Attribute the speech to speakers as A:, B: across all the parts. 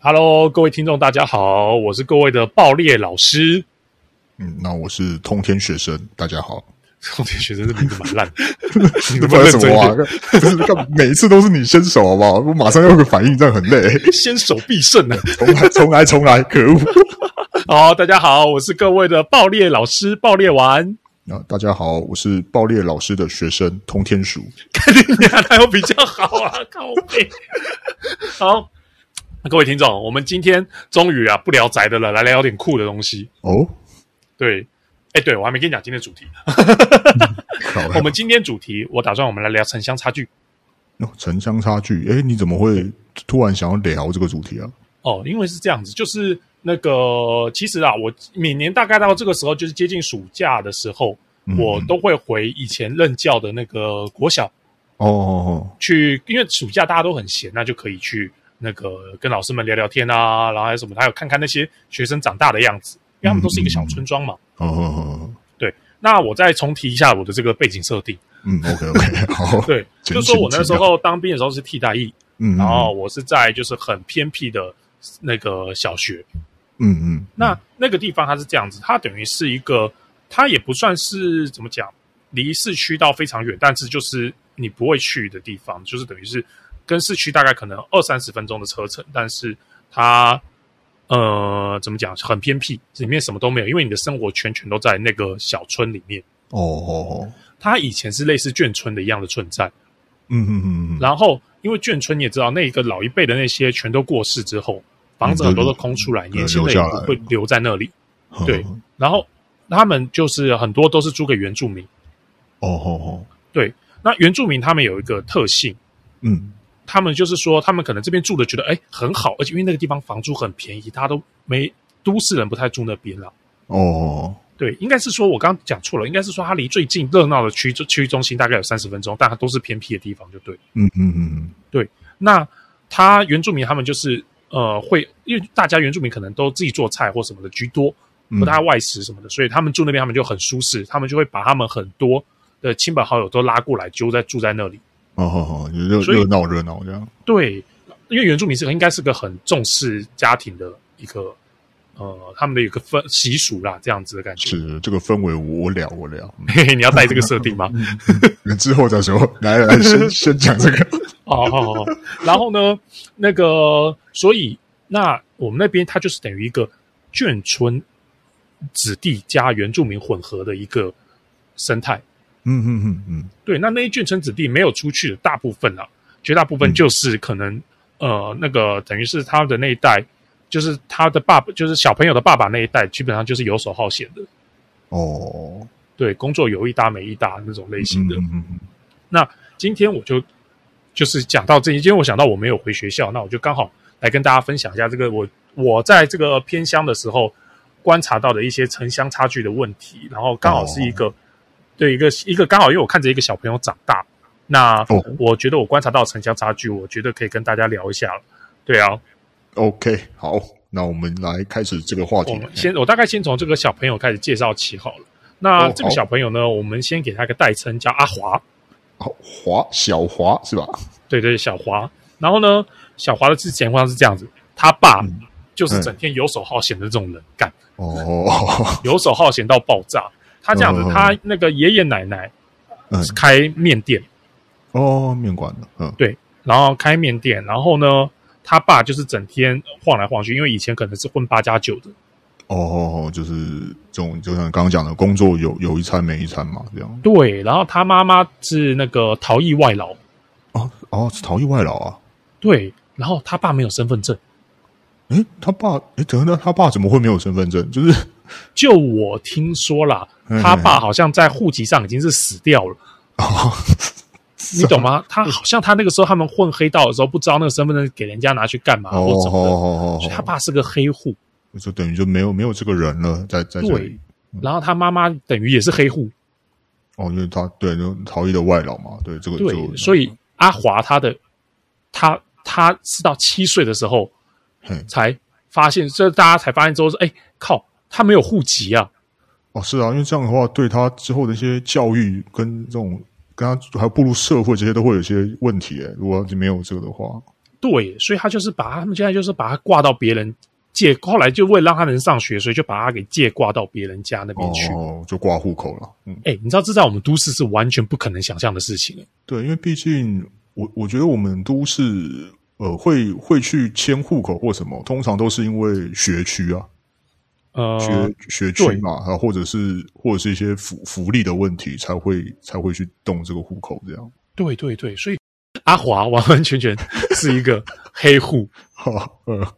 A: Hello，各位听众，大家好，我是各位的爆裂老师。
B: 嗯，那我是通天学生，大家好。
A: 通天学生这名字蛮烂 的，你能不能
B: 这不知道
A: 认
B: 什
A: 真
B: 么
A: 一
B: 啊
A: 点？，
B: 不是干每一次都是你先手好不好？我马上要有个反应，这样很累。
A: 先手必胜啊！
B: 重来，重来，重来，可恶！
A: 好，大家好，我是各位的爆裂老师，爆裂丸。
B: 那啊大家好，我是爆裂老师的学生通天鼠。
A: 肯定你还有比较好啊， 靠背。好，各位听众，我们今天终于啊不聊宅的了，来聊点酷的东西。
B: 哦，
A: 对，哎，对我还没跟你讲今天的主题。
B: 好
A: 我们今天主题，我打算我们来聊城乡差距。
B: 哦城乡差距，哎，你怎么会突然想要聊这个主题啊？
A: 哦，因为是这样子，就是那个其实啊，我每年大概到这个时候，就是接近暑假的时候，
B: 嗯
A: 我都会回以前任教的那个国小
B: 哦哦
A: 去，因为暑假大家都很闲，那就可以去那个跟老师们聊聊天啊，然后还有什么，还有看看那些学生长大的样子，因为他们都是一个小村庄嘛。
B: 哦哦哦，
A: 对，那我再重提一下我的这个背景设定，
B: 嗯，OK OK，好，
A: 对，
B: 前
A: 就是说我那
B: 情
A: 时候当兵的时候是替代役，
B: 嗯，嗯
A: 然后我是在就是很偏僻的那个小学，
B: 嗯嗯，
A: 那那个地方它是这样子，它等于是一个，它也不算是怎么讲，离市区到非常远，但是就是你不会去的地方，就是等于是跟市区大概可能二三十分钟的车程，但是它呃怎么讲，很偏僻，里面什么都没有，因为你的生活圈全都在那个小村里面。
B: 哦哦哦，
A: 它以前是类似眷村的一样的存在，
B: 嗯嗯嗯嗯，
A: 然后因为眷村你也知道，那个老一辈的那些全都过世之后，房子很多都空出来，
B: 嗯
A: 年轻人也
B: 留下
A: 不
B: 来
A: 会留在那里。
B: 后
A: 对然后他们就是很多都是租给原住民。
B: 哦哦哦，
A: 对，那原住民他们有一个特性，
B: 嗯
A: 他们就是说，他们可能这边住的觉得哎很好，而且因为那个地方房租很便宜，大家都没都市人不太住那边了。
B: 哦哦，
A: 对，应该是说我刚刚讲错了，应该是说它离最近热闹的区区域中心大概有三十分钟，但它都是偏僻的地方，就对。
B: 嗯嗯嗯
A: 那他原住民他们就是呃会，因为大家原住民可能都自己做菜或什么的居多，
B: 嗯
A: 不大外食什么的，所以他们住那边他们就很舒适，他们就会把他们很多的亲朋好友都拉过来，就在住在那里。
B: 哦哦哦，热
A: 所以
B: 热闹热闹这样。
A: 对，因为原住民是个应该是个很重视家庭的一个呃他们的一个分习俗啦，这样子的感觉。
B: 是这个氛围，我我聊我聊，
A: 嘿嘿，你要带这个设定吗？
B: 嗯之后再说。来来，先先讲这个。
A: 哦，好好好。然后呢，那个，所以那我们那边它就是等于一个眷村子弟加原住民混合的一个生态。
B: 嗯嗯嗯嗯，
A: 对，那那一眷村子弟没有出去的大部分啊，绝大部分就是可能、呃，那个等于是他的那一代，就是他的爸爸，就是小朋友的爸爸那一代，基本上就是游手好闲的，
B: 哦，
A: 对，工作有一搭没一搭那种类型的。
B: 嗯嗯嗯
A: 那今天我就就是讲到这，因为我想到我没有回学校，那我就刚好来跟大家分享一下这个我我在这个偏乡的时候观察到的一些城乡差距的问题，然后刚好是一个、
B: 哦
A: 对一个一个刚好，因为我看着一个小朋友长大，那
B: 哦
A: 我觉得我观察到城乡差距，我觉得可以跟大家聊一下了。对啊，
B: ，OK，好，那我们来开始这个话题
A: 我。们先我大概先从这个小朋友开始介绍起好了。那
B: 哦
A: 这个
B: 好
A: 小朋友呢，我们先给他一个代称叫阿华。
B: 好华小华是吧？
A: 对对，小华。然后呢，小华的之前况是这样子，他爸
B: 嗯
A: 就是整天游手好闲的这种人，干
B: 哦，
A: 游手好闲到爆炸。他这样子
B: 哦，
A: 他那个爷爷奶奶
B: 嗯，
A: 是开面店，
B: 哦，面馆的，嗯，
A: 然后开面店，然后呢，他爸就是整天晃来晃去，因为以前可能是混八加九的，
B: 哦哦，哦就是这种，就像刚刚讲的，工作有有一餐没一餐嘛，这样。
A: 对。然后他妈妈是那个逃逸外劳，
B: 哦哦，是逃逸外劳啊。
A: 对。然后他爸没有身份证，
B: 诶，他爸，诶，等一下，他爸怎么会没有身份证？就是
A: 就我听说啦，
B: 嗯
A: 他爸好像在户籍上已经是死掉了。
B: 哦，
A: 你懂 吗？他
B: 嗯
A: 好像他那个时候他们混黑道的时候，不知道那个身份证给人家拿去干嘛
B: 哦
A: 或
B: 哦
A: 怎么
B: 哦
A: 的，所以他
B: 哦
A: 爸是个黑户，
B: 哦，就等于就没有没有这个人了，在在这里
A: 对。，然后他妈妈等于也是黑户，
B: 哦，因为他对就逃逸的外劳嘛，对这个
A: 对，
B: 就
A: 所以阿华他的他他是到七岁的时候
B: 嘿
A: 才发现，这大家才发现之后说，哎靠，他没有户籍啊，
B: 哦是啊，因为这样的话，对他之后的一些教育跟这种跟他还有步入社会这些都会有一些问题耶。如果你没有这个的话，
A: 对耶，所以他就是把他们现在就是把他挂到别人借，后来就为了让他能上学，所以就把他给借挂到别人家那边去。
B: 哦，就挂户口了。嗯，
A: 哎、你知道这在我们都市是完全不可能想象的事情耶。
B: 对，因为毕竟我我觉得我们都市呃会会去迁户口或什么，通常都是因为学区啊，
A: 呃，
B: 学、学区嘛，啊，或者是或者是一些福福利的问题才会才会去动这个户口这样。
A: 对对对，所以阿华完完全全是一个黑户。
B: 哈， 呃，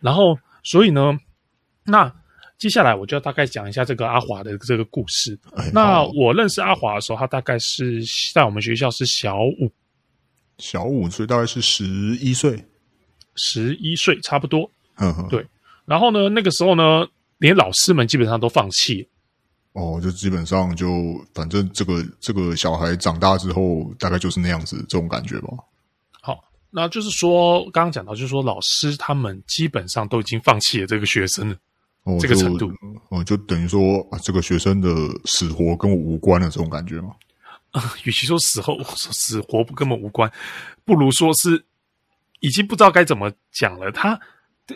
A: 然后，所以呢，那接下来我就要大概讲一下这个阿华的这个故事。
B: 哎
A: 那
B: 好
A: 我认识阿华的时候，他大概是在我们学校是小五
B: 小五岁大概是十一岁，
A: 十一岁差不多。
B: 嗯哼，
A: 对然后呢，那个时候呢，连老师们基本上都放弃了。
B: 哦，就基本上就反正这个这个小孩长大之后大概就是那样子这种感觉吧。
A: 好，那就是说，刚刚讲到，就是说老师他们基本上都已经放弃了这个学生了。
B: 哦，
A: 这个
B: 就
A: 程度，
B: 哦，就等于说、啊、这个学生的死活跟我无关的这种感觉嘛。
A: 与其说死后 说死活不根本无关，不如说是已经不知道该怎么讲了。他，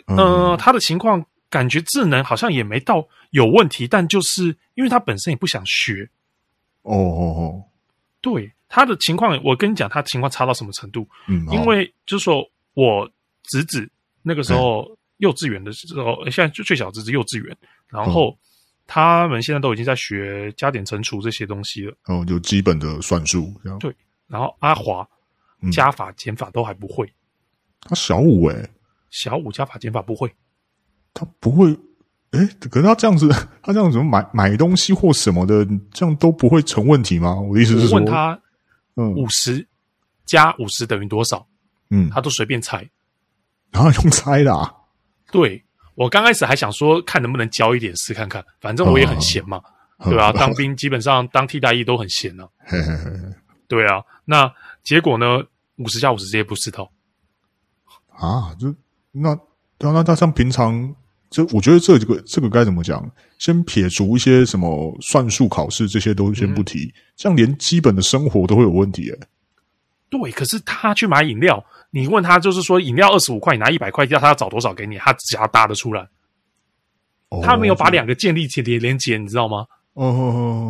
A: 呃，
B: 嗯
A: 他的情况感觉智能好像也没到有问题，但就是因为他本身也不想学。
B: 哦哦哦，
A: 对他的情况，我跟你讲，他情况差到什么程度？
B: 嗯，好
A: 因为就是说我侄子那个时
B: 嗯
A: 候幼稚园的时候，呃现在就最小侄子幼稚园，然
B: 嗯
A: 后他们现在都已经在学加减乘除这些东西了。
B: 哦，就基本的算术这样。
A: 对然后阿华
B: 嗯
A: 加法减法都还不会，
B: 他小五诶、
A: 小五加法减法不会，
B: 他不会诶、可是他这样子， 他这样子买买东西或什么的，这样都不会成问题吗？我的意思是
A: 我
B: 说，
A: 问他
B: 嗯
A: 五十加五十等于多少，
B: 嗯，
A: 他都随便猜。
B: 然后用猜的、啊，
A: 对我刚开始还想说看能不能教一点试看看，反正我也很闲嘛，
B: 嗯
A: 对 吧、啊？当兵基本上当替代役都很闲啊，
B: 嘿嘿嘿
A: 对啊。那结果呢？五十加五十直接不知道，
B: 啊，就那对啊，那他像平常，这我觉得这个这个该怎么讲？先撇除一些什么算术考试这些都先不
A: 嗯
B: 提，这样连基本的生活都会有问题诶、
A: 对。可是他去买饮料，你问他就是说饮料二十五块，你拿一百块，叫他要找多少给你，他只要搭得出来。
B: 哦
A: 他没有把两个建立起连连接，你知道吗？
B: 哦哦，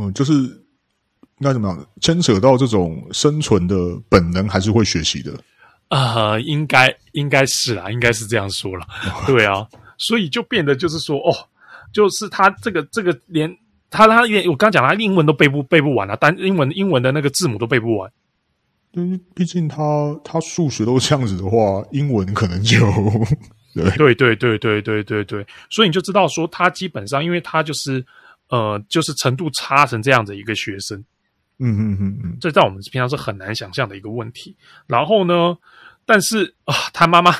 B: 哦就是应该怎么讲？牵扯到这种生存的本能，还是会学习的。
A: 呃，应该应该是啦，应该是这样说啦。对啊，所以就变得就是说，哦，就是他这个这个连他他连我刚讲他英文都背不背不完啊，单英文英文的那个字母都背不完。
B: 因为毕竟他他数学都这样子的话，英文可能就嗯对
A: 对对对对对对对，所以你就知道说他基本上，因为他就是呃，就是程度差成这样的一个学生，
B: 嗯嗯嗯嗯，
A: 这在我们平常是很难想象的一个问题。然后呢，但是啊，他妈 妈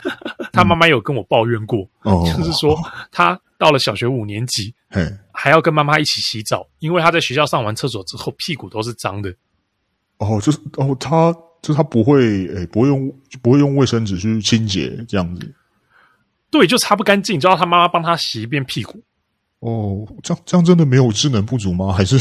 A: 他妈妈有跟我抱怨过，
B: 哦，
A: 就是说他到了小学五年级。
B: 嘿，
A: 还要跟妈妈一起洗澡，因为他在学校上完厕所之后屁股都是脏的。
B: 哦，就是哦，他就是他不会诶、不会用不会用卫生纸去清洁这样子。
A: 对，就擦不干净，就要他妈妈帮他洗一遍屁股。
B: 哦，这样这样真的没有智能不足吗？还是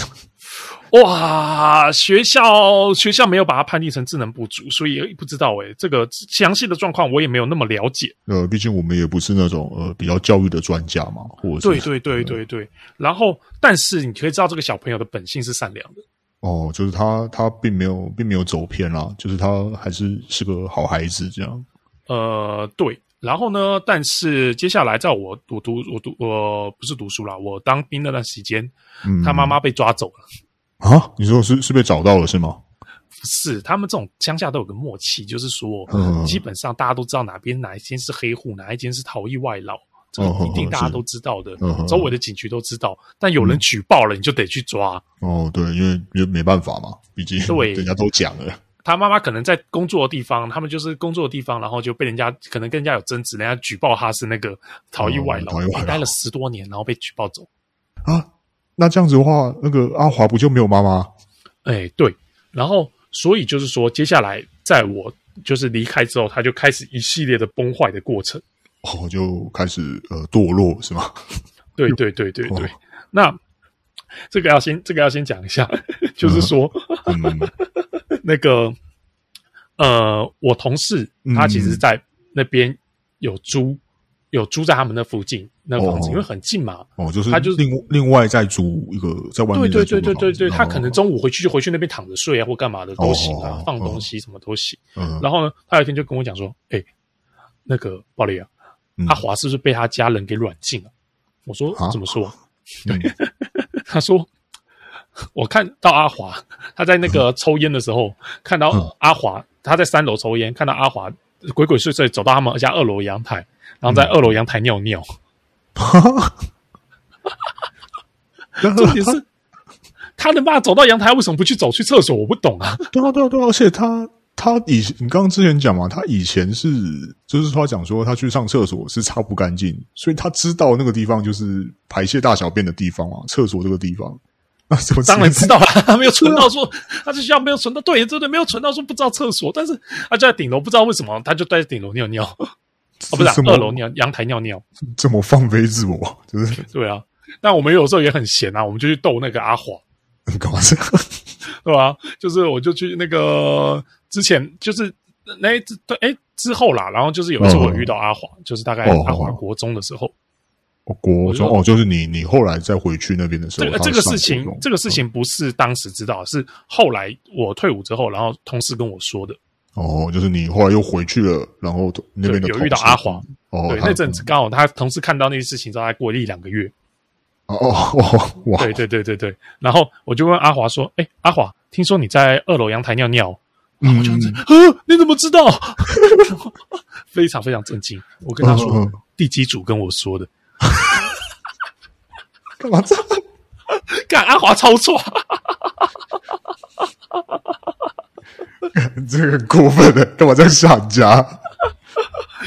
A: 哇，学校学校没有把他判定成智能不足，所以也不知道诶、这个详细的状况我也没有那么了解。
B: 呃，毕竟我们也不是那种呃比较教育的专家嘛，或者是
A: 对对对对对，然后但是你可以知道这个小朋友的本性是善良的。
B: 哦，就是他，他并没有，并没有走偏啦，就是他还是是个好孩子这样。
A: 呃，对。然后呢？但是接下来，在我我读我读我不是读书啦，我当兵的那段时间，
B: 嗯，
A: 他妈妈被抓走了。
B: 啊，你说是是被找到了是吗？
A: 是，他们这种乡下都有个默契，就是说，
B: 嗯
A: 基本上大家都知道哪边哪一间是黑户，哪一间是逃逸外劳，这个
B: 哦
A: 一定
B: 哦
A: 大家
B: 是
A: 都知道的
B: 嗯，
A: 周围的警局都知道。但有人举报了，你就得去抓。
B: 哦，对，因为因为没办法嘛，毕竟
A: 对
B: 人家都讲了。
A: 他妈妈可能在工作的地方，他们就是工作的地方，然后就被人家可能跟人家有争执，人家举报他是那个逃逸外
B: 哦
A: 劳，
B: 逃逸
A: 欸
B: 外劳
A: 待了十多年，然后被举报走。
B: 啊那这样子的话，那个阿华不就没有妈妈？
A: 哎，对，然后所以就是说，接下来在我就是离开之后，他就开始一系列的崩坏的过程。
B: 哦，就开始呃堕落是吗？
A: 对对对对对
B: 哦。
A: 那这个要先这个要先讲一下，就是说、
B: 嗯，
A: 那个呃，我同事
B: 嗯
A: 他其实在那边有租，有租在他们那附近那房子，
B: 哦
A: 因为很近嘛。
B: 哦，就是
A: 他就是
B: 另另外再租一个在外
A: 对
B: 面
A: 对
B: 再租
A: 对
B: 的
A: 对对对，
B: 房子
A: 他可能中午回去就回去那边躺着睡啊，或干嘛的都行啊
B: 哦，
A: 放东西什么都行。
B: 嗯
A: 然后呢，他有一天就跟我讲说：“哎，那个暴力啊，
B: 嗯
A: 阿华是不是被他家人给软禁了？”我说
B: 啊：“
A: 怎么说？”
B: 嗯
A: 他说：“我看到阿华，他在那个抽烟的时候，看
B: 嗯
A: 到阿华，他在三楼抽烟，看到阿华鬼鬼祟祟走到他们家二楼阳台，然后
B: 嗯
A: 在二楼阳台尿尿。
B: 然后
A: 重点是，他能爸走到阳台，为什么不去走去厕所？我不懂啊。
B: 对啊，对啊，对啊，而且他他以前你刚刚之前讲嘛，他以前是就是说他讲说他去上厕所是擦不干净，所以他知道那个地方就是排泄大小便的地方嘛，啊厕所这个地方。那怎么
A: 当然知道了，他没有存到说，他在学校没有存到，对，真的没有存到说不知道厕所，但是他就在顶楼，不知道为什么他就在顶楼尿尿，哦，
B: 道
A: 不是啊、
B: 怎么
A: 二楼尿阳台尿尿。
B: 怎么放飞自我？就是
A: 对啊，那我们有时候也很闲啊，我们就去逗那个阿华。
B: 干嘛这样？
A: 对吧、就是我就去那个之前就是那一次对哎之后啦，然后就是有一次我遇到阿华，就是大概
B: 嗯哦
A: 阿华国中的时候，
B: 哦国中哦，就是你你后来再回去那边的时候
A: 这，个
B: 他
A: 这个
B: 上
A: 事
B: 国
A: 情
B: 中嗯
A: 这个事情不是当时知道，是后来我退伍之后，然后同事跟我说的。
B: 哦，就是你后来又回去了，然后那边的
A: 对有遇到
B: 同事
A: 阿黄
B: 哦，
A: 对，
B: 他
A: 那阵子刚好他同事看到那些事情之后，他过了一两个月。
B: 哦哦哦哇，
A: 对对对对对，然后我就问阿华说：“哎，阿华，听说你在二楼阳台尿尿？”哦然
B: 嗯
A: 后我就这样子，呃，你怎么知道？ 然后非常非常震惊。我跟他说，
B: 嗯嗯
A: 地基组跟我说的。
B: 干嘛这样？
A: 干阿华超错，
B: 这个很过分的，干嘛这样吓人家？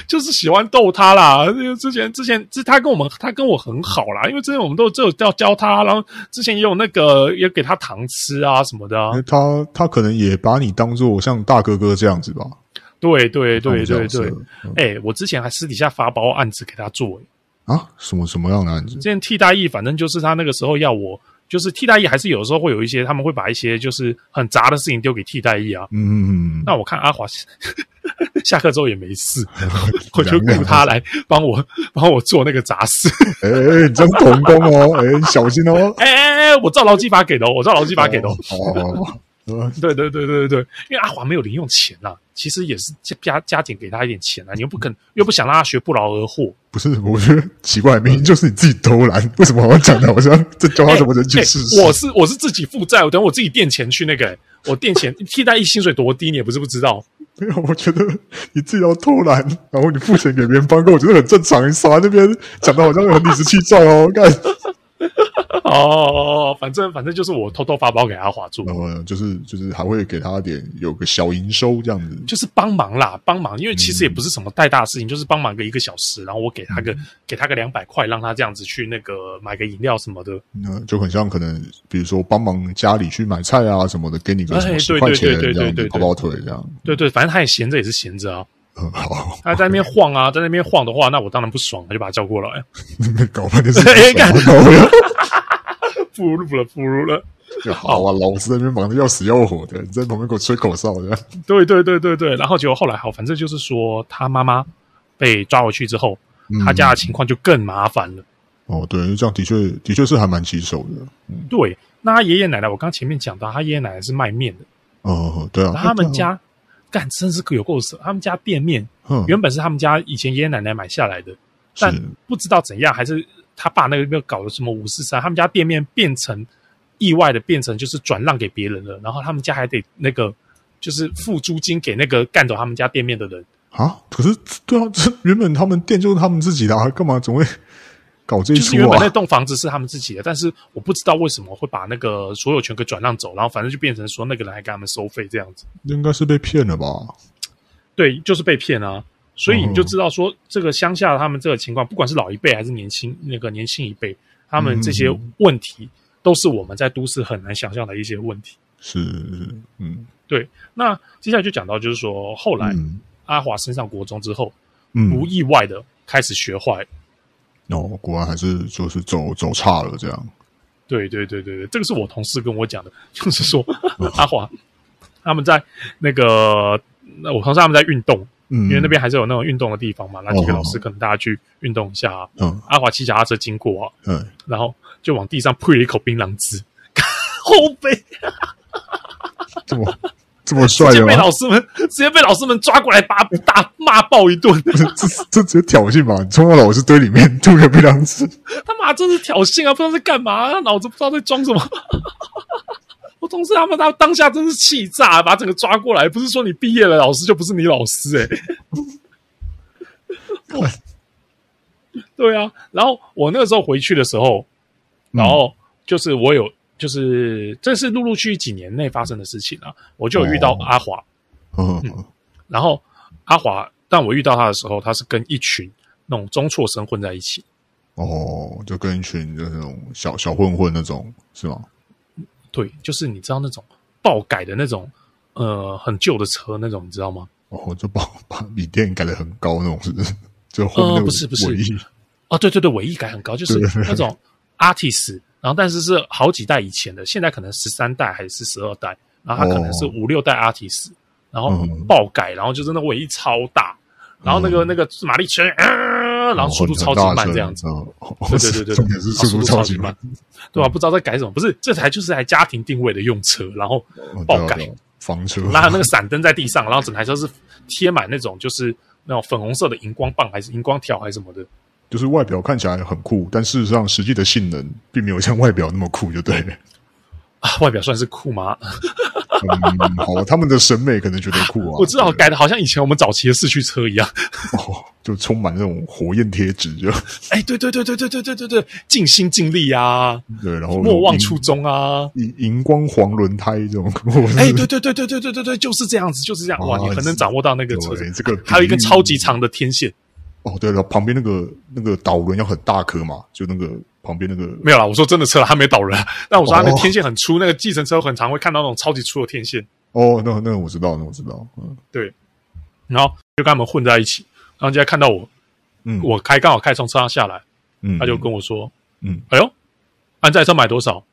A: 就是喜欢逗他啦。因为之前之前，之他跟我们他跟我很好啦，因为之前我们都有都有教教他，然后之前也有那个也给他糖吃啊什么的、啊。
B: 他他可能也把你当做像大哥哥这样子吧？
A: 对对对
B: 这嗯
A: 对
B: 种角
A: 对
B: 色，
A: 哎、我之前还私底下发包案子给他做、欸
B: 啊，什么什么样的案子
A: 之？前替代役，反正就是他那个时候要我。就是替代役还是有时候会有一些，他们会把一些就是很杂的事情丢给替代役啊。
B: 嗯，
A: 那我看阿华 下课之后也没事，
B: 嗯
A: 我就
B: 啊
A: 雇他来帮我帮我做那个杂事。
B: 哎、哎你这样童工哦，哎、小心哦，
A: 哎哎哎，我照劳基法给的哦，我照劳基法给的哦。
B: 哦，哦
A: 对对对对对对，因为阿华没有零用钱啦、其实也是家家家庭给他一点钱啊，你又不肯又不想让他学不劳而获，
B: 不是，我觉得奇怪，明明就是你自己偷懒，为什么我要讲的好像这教他什么人去
A: 哎
B: 试试？
A: 我是我是自己负债，我等我自己垫钱去那个、哎我垫钱替代一薪水多低，你也不是不知道。
B: 没有，我觉得你自己要偷懒，然后你付钱给别人帮工，我觉得很正常。你少在那边讲的好像很理直气壮哦，干，
A: 哦，反正反正就是我偷偷发包给阿华做，
B: 然后呢，就是就是还会给他点有个小营收这样子，
A: 就是帮忙啦，帮忙，因为其实也不是什么太大的事情，就是帮忙个一个小时，然后我给他个、给他个两百块，让他这样子去那个买个饮料什么的。
B: 那就很像可能，比如说帮忙家里去买菜啊什么的，给你个什
A: 哎
B: 么十
A: 对
B: 块
A: 对
B: 钱
A: 对对
B: 这样
A: 对
B: 子
A: 对
B: 跑跑腿这样。
A: 对对，反正他也闲着也是闲着 啊，
B: 嗯，好，
A: 他在那边晃啊，在那边晃的话，那我当然不爽，我就把他叫过来，
B: 搞半天是
A: 哎干
B: 搞呀，
A: 不如了，不如了。
B: 就好啊，老子在那边忙得要死要活的，你在旁边给我吹口哨的，
A: 对对对对对，然后结果后来好，反正就是说他妈妈被抓回去之后，他家的情况就更麻烦了。
B: 哦，对，这样的确的确是还蛮棘手的。
A: 对，那他爷爷奶奶，我刚前面讲到，他爷爷奶奶是卖面的，
B: 哦，对啊，
A: 然后他们家干真是有够扯，他们家店面
B: 嗯
A: 原本是他们家以前爷爷奶奶买下来的，但
B: 是
A: 不知道怎样，还是他爸那边搞了什么五四三，他们家店面变成意外的变成就是转让给别人了，然后他们家还得那个就是付租金给那个干走他们家店面的人，
B: 啊，可是对啊，这原本他们店就是他们自己的，啊，干嘛总会搞这一
A: 就是
B: 出
A: 原本那
B: 啊？
A: 栋房子是他们自己的，但是我不知道为什么会把那个所有权给转让走，然后反正就变成说那个人还给他们收费这样子，
B: 应该是被骗了吧？
A: 对，就是被骗啊。所以
B: 哦
A: 你就知道说，这个乡下他们这个情况，不管是老一辈还是年轻那个年轻一辈，他们这
B: 嗯
A: 些问题都是我们在都市很难想象的一些问题。
B: 是，是嗯
A: 对，那接下来就讲到就是说，后来
B: 嗯
A: 阿华升上国中之后，不
B: 嗯，
A: 哎意外的开始学坏。
B: 哦，果然还是就是走走差了这样。
A: 对对对对对，这个是我同事跟我讲的，
B: 哦
A: 就是说阿华他们在那个，那我同事他们在运动，
B: 嗯，哦
A: 因为那边还是有那种运动的地方嘛，那几个老师可能大家去运动一下啊。
B: 嗯
A: 阿华骑脚踏车经过、啊，
B: 嗯，
A: 然后就往地上吐了一口槟榔汁， 后背
B: 这么这么帅
A: 直接
B: 的
A: 被
B: 吗？
A: 老师们直接被老师们抓过来把打骂爆一顿，
B: 这这这直接挑衅吧！你冲到老师堆里面吐个槟榔汁，
A: 他妈真是挑衅啊！不知道在干嘛、他脑子不知道在装什么。 我同事他们他当下真是气炸，把整个抓过来，不是说你毕业了，老师就不是你老师哎、哦对啊，然后我那个时候回去的时候，
B: 嗯
A: 然后就是我有，就是这是陆陆续续几年内发生的事情啊，我就有遇到
B: 哦
A: 阿华，
B: 嗯
A: 然后阿华，但我遇到他的时候，他是跟一群那种中辍生混在一起，
B: 哦，就跟一群就是那种小小混混那种是吗？
A: 对，就是你知道那种爆改的那种，呃，很旧的车那种，你知道吗？
B: 哦，就把把米店改的很高那种，是不是？就后面
A: 呃
B: 那个
A: 不是不是
B: 尾翼
A: 哦，对对对，尾翼改很高，就是
B: 对
A: 那种 artist，然后但是是好几代以前的，现在可能十三代还是十二代，然后它可能是
B: 哦
A: 五六代 artist，然后
B: 嗯
A: 爆改，然后就是那尾翼超大，然后那个、
B: 嗯
A: 那个马力全，呃然后速度超级慢这样子。，
B: 哦
A: 对
B: 很大
A: 对对
B: 声
A: 对对，
B: 重点是
A: 然后
B: 速度超级
A: 慢
B: 慢，，
A: 对吧、不知道在改什么，不是这台就是台家庭定位的用车，然后
B: 哦
A: 爆
B: 对啊
A: 改
B: 对啊房车，
A: 然后还有那个闪灯在地上，然后整台车是贴满那种就是那种粉红色的荧光棒还是荧光条还是什么的，
B: 就是外表看起来很酷，但事实上实际的性能并没有像外表那么酷，就对 了。
A: 啊，外表算是酷吗？
B: 嗯，好，他们的审美可能觉得酷啊，
A: 我知道
B: 对
A: 改的好像以前我们早期的四驱车一样。
B: 哦，就充满那种火焰贴纸，就
A: 哎，对对对对对对对对对，尽心尽力啊，
B: 对，然后
A: 莫忘初衷啊。
B: 荧荧光黄轮胎这种，
A: 哎，对对对对对对对对，就是这样子，就是这样。哇，
B: 哇
A: 你很能掌握到那个车
B: 对
A: 子，
B: 欸这个
A: 还有一个
B: 比喻
A: 超级长的天线。
B: 哦，对了，旁边那个那个导轮要很大颗嘛，就那个旁边那个
A: 没有啦，我说真的车啦，它没倒人。 但我说它那个
B: 哦
A: 天线很粗，那个计程车很常会看到那种超级粗的天线。
B: 哦，那那我知道，那我知道，嗯
A: 然后就跟他们混在一起，然后人家看到我，
B: 嗯，
A: 我开刚好开从车上下来，
B: 嗯，
A: 他就跟我说：“
B: 嗯，
A: 哎呦，按这台车买多少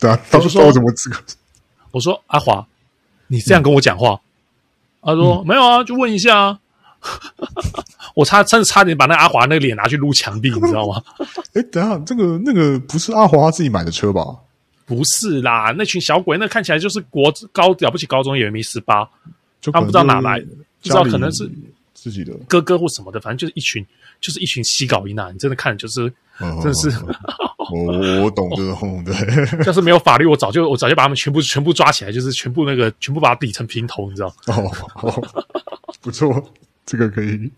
B: 对啊，
A: 我
B: 当
A: 就
B: 时
A: 说
B: 我怎么这 个？？”
A: 我说：“阿华，你这样跟我讲话。他
B: 嗯
A: 说：“没有啊，就问一下啊。” 我差真的差点把那阿华那个脸拿去撸墙壁，你知道吗？
B: 哎，等一下，这个那个不是阿华他自己买的车吧？
A: 不是啦，那群小鬼那看起来就是国高了不起高中也没十八，
B: 就
A: 他不知道哪来
B: 可能
A: 不知道
B: 家里
A: 可能是
B: 自己的，
A: 哥哥或什么的，反正就是一群就是一群西搞一呐，你真的看就是
B: 嗯
A: 真的是。
B: 我我懂这种 对，
A: 要是没有法律，我早就我早就把他们全部全部抓起来，就是全部那个全部把它理成平头，你知道？
B: 哦，哦 不错，这个可以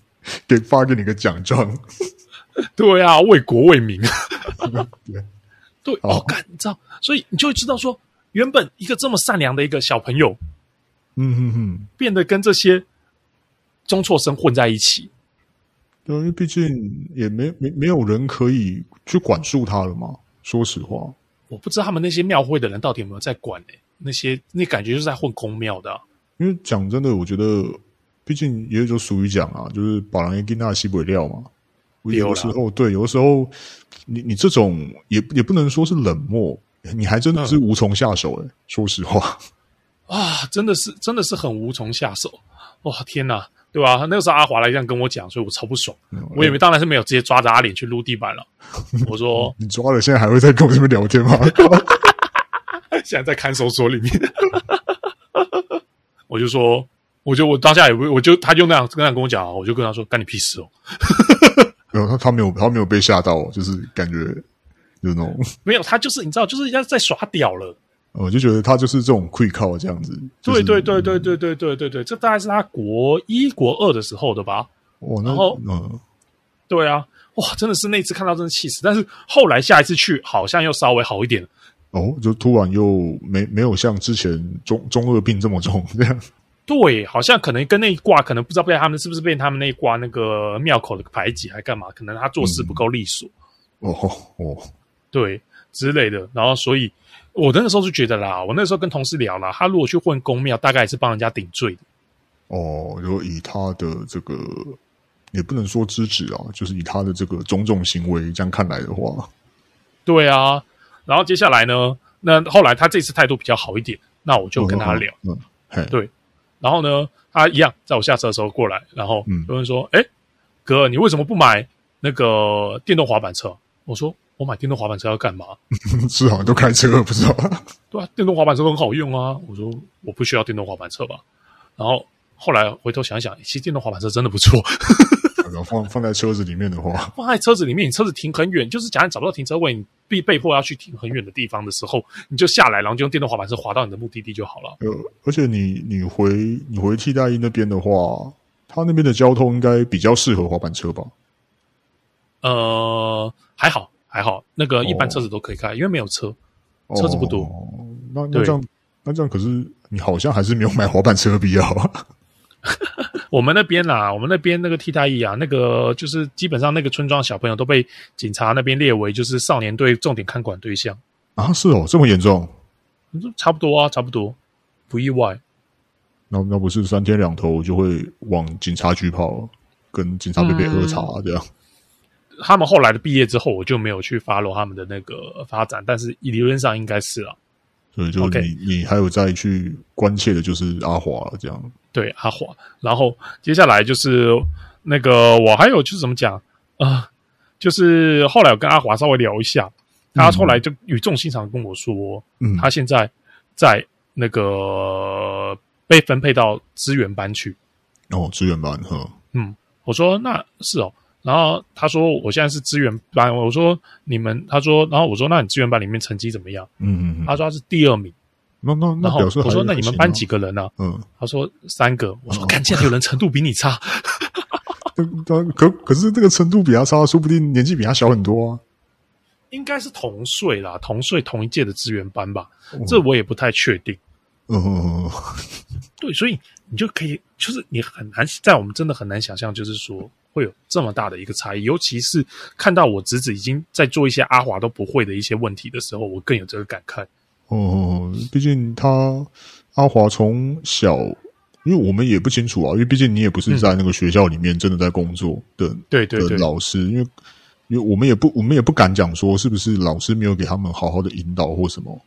B: 给发给你个奖状，
A: 对啊，为国为民。
B: 对，
A: 对，哦，干，你知道，所以你就会知道说，原本一个这么善良的一个小朋友，
B: 嗯嗯嗯，
A: 变得跟这些中辍生混在一起，
B: 对，啊因为毕竟也没没没有人可以去管束他了嘛，说实话，
A: 我不知道他们那些庙会的人到底有没有在管呢、那些那感觉就是在混公庙的啊、
B: 因为讲真的，我觉得，毕竟也就俗语讲啊，就是把人给那西北料嘛。
A: 对啦
B: 有的时候，对，有的时候，你你这种也也不能说是冷漠，你还真的
A: 嗯
B: 是无从下手哎、说实话，
A: 啊，真的是真的是很无从下手，哇、天哪，对吧、那个时候阿华来这样跟我讲，所以我超不爽，我也没当然是没有直接抓着阿脸去撸地 板了，我说
B: 你抓了，现在还会再跟我这边聊天吗？
A: 现在在看守所里面， 我就说，我就我当下也不，我就他就那样那样跟我讲啊，我就跟他说干你屁事哦，
B: 没有，他他没有他没有被吓到，哦就是感觉就是那种，
A: 没有，他就是你知道，就是人家在耍屌了。
B: 呃我就觉得他就是这种 quick call 这样子。就是
A: 对对，对对对对对对对，这大概是他国一国二的时候的吧？
B: 哇，那
A: 然后
B: 嗯，
A: 对啊，哇，真的是那次看到真的气死。但是后来下一次去好像又稍微好一点了。
B: 哦，就突然又没没有像之前中中二病这么重这样。
A: 对，好像可能跟那一卦可能不知道被他们是不是被他们那一卦那个庙口的排挤还干嘛？可能他做事不够利索，
B: 哦哦，
A: 对之类的。然后所以，我那个时候就觉得啦，我那时候跟同事聊啦，他如果去混公庙，大概也是帮人家顶罪的。
B: 哦，就以他的这个，也不能说支持啊，就是以他的这个种种行为，这样看来的话，
A: 对啊，然后接
B: 嗯
A: 下来呢，那后来他这次态度比较好一点，那我就跟他聊。
B: 嗯，嗯嘿，
A: 对然后呢，他一样在我下车的时候过来，然后
B: 嗯
A: 有人说：“哎、哥，你为什么不买那个电动滑板车？”我说：“我买电动滑板车要干嘛？”
B: 是啊，都开车了，不知道。
A: 对啊，电动滑板车都很好用啊。我说我不需要电动滑板车吧。然后后来回头想一想，其实电动滑板车真的不错，
B: 然后放放在车子里面的话，
A: 放在车子里面，你车子停很远，就是假如你找不到停车位，你必被迫要去停很远的地方的时候，你就下来，然后就用电动滑板车滑到你的目的地就好了。
B: 呃，而且你你回你回替代役那边的话，他那边的交通应该比较适合滑板车吧？
A: 呃，还好还好，那个一般
B: 哦
A: 车子都可以开，因为没有车。车子不多
B: 哦，那那
A: 对
B: 这样那这样，可是你好像还是没有买滑板车的必要啊。
A: 我们那边啦、我们那边那个替代役啊，那个就是基本上那个村庄小朋友都被警察那边列为就是少年队重点看管对象，
B: 啊，是哦，这么严重？
A: 差不多啊，差不多，不意外。
B: 那那不是三天两头就会往警察局跑，跟警察伯伯
A: 嗯
B: 喝茶、这样？
A: 他们后来的毕业之后，我就没有去 follow 他们的那个发展，但是理论上应该是啊了、
B: 所以就你
A: OK
B: 你还有再去关切的就是阿华这样。
A: 对阿华。然后接下来就是那个我还有就是怎么讲啊、呃就是后来我跟阿华稍微聊一下，他后来就语重心长地跟我说，
B: 嗯，
A: 他现在在那个被分配到资源班去。
B: 哦，支援班呵，
A: 我说那是哦。然后他说我现在是资源班，我说你们，他说，然后我说那你资源班里面成绩怎么样？
B: 嗯嗯嗯，
A: 他说他是第二名。
B: 那那那
A: 然后
B: 表示还
A: 我啊说：“那你们班几？
B: 还行啊
A: 个人呢、
B: 嗯，
A: 他说：“三个。”我说
B: 哦：“
A: 看，竟然有人程度比你差。
B: 但但可可是这个程度比他差，说不定年纪比他小很多啊。”
A: 应该是同岁啦，同岁同一届的资源班吧，
B: 哦
A: 这我也不太确定。
B: 嗯嗯嗯，嗯
A: 对，所以你就可以，就是你很难在我们真的很难想象，就是说会有这么大的一个差异，尤其是看到我侄子已经在做一些阿华都不会的一些问题的时候，我更有这个感慨。
B: 哦哦，哦毕竟他阿华从小，因为我们也不清楚啊，因为毕竟你也不
A: 嗯
B: 是在那个学校里面真的在工作的
A: 对对
B: 的
A: 对，
B: 老师，因为因为我们也不我们也不敢讲说是不是老师没有给他们好好的引导或什么。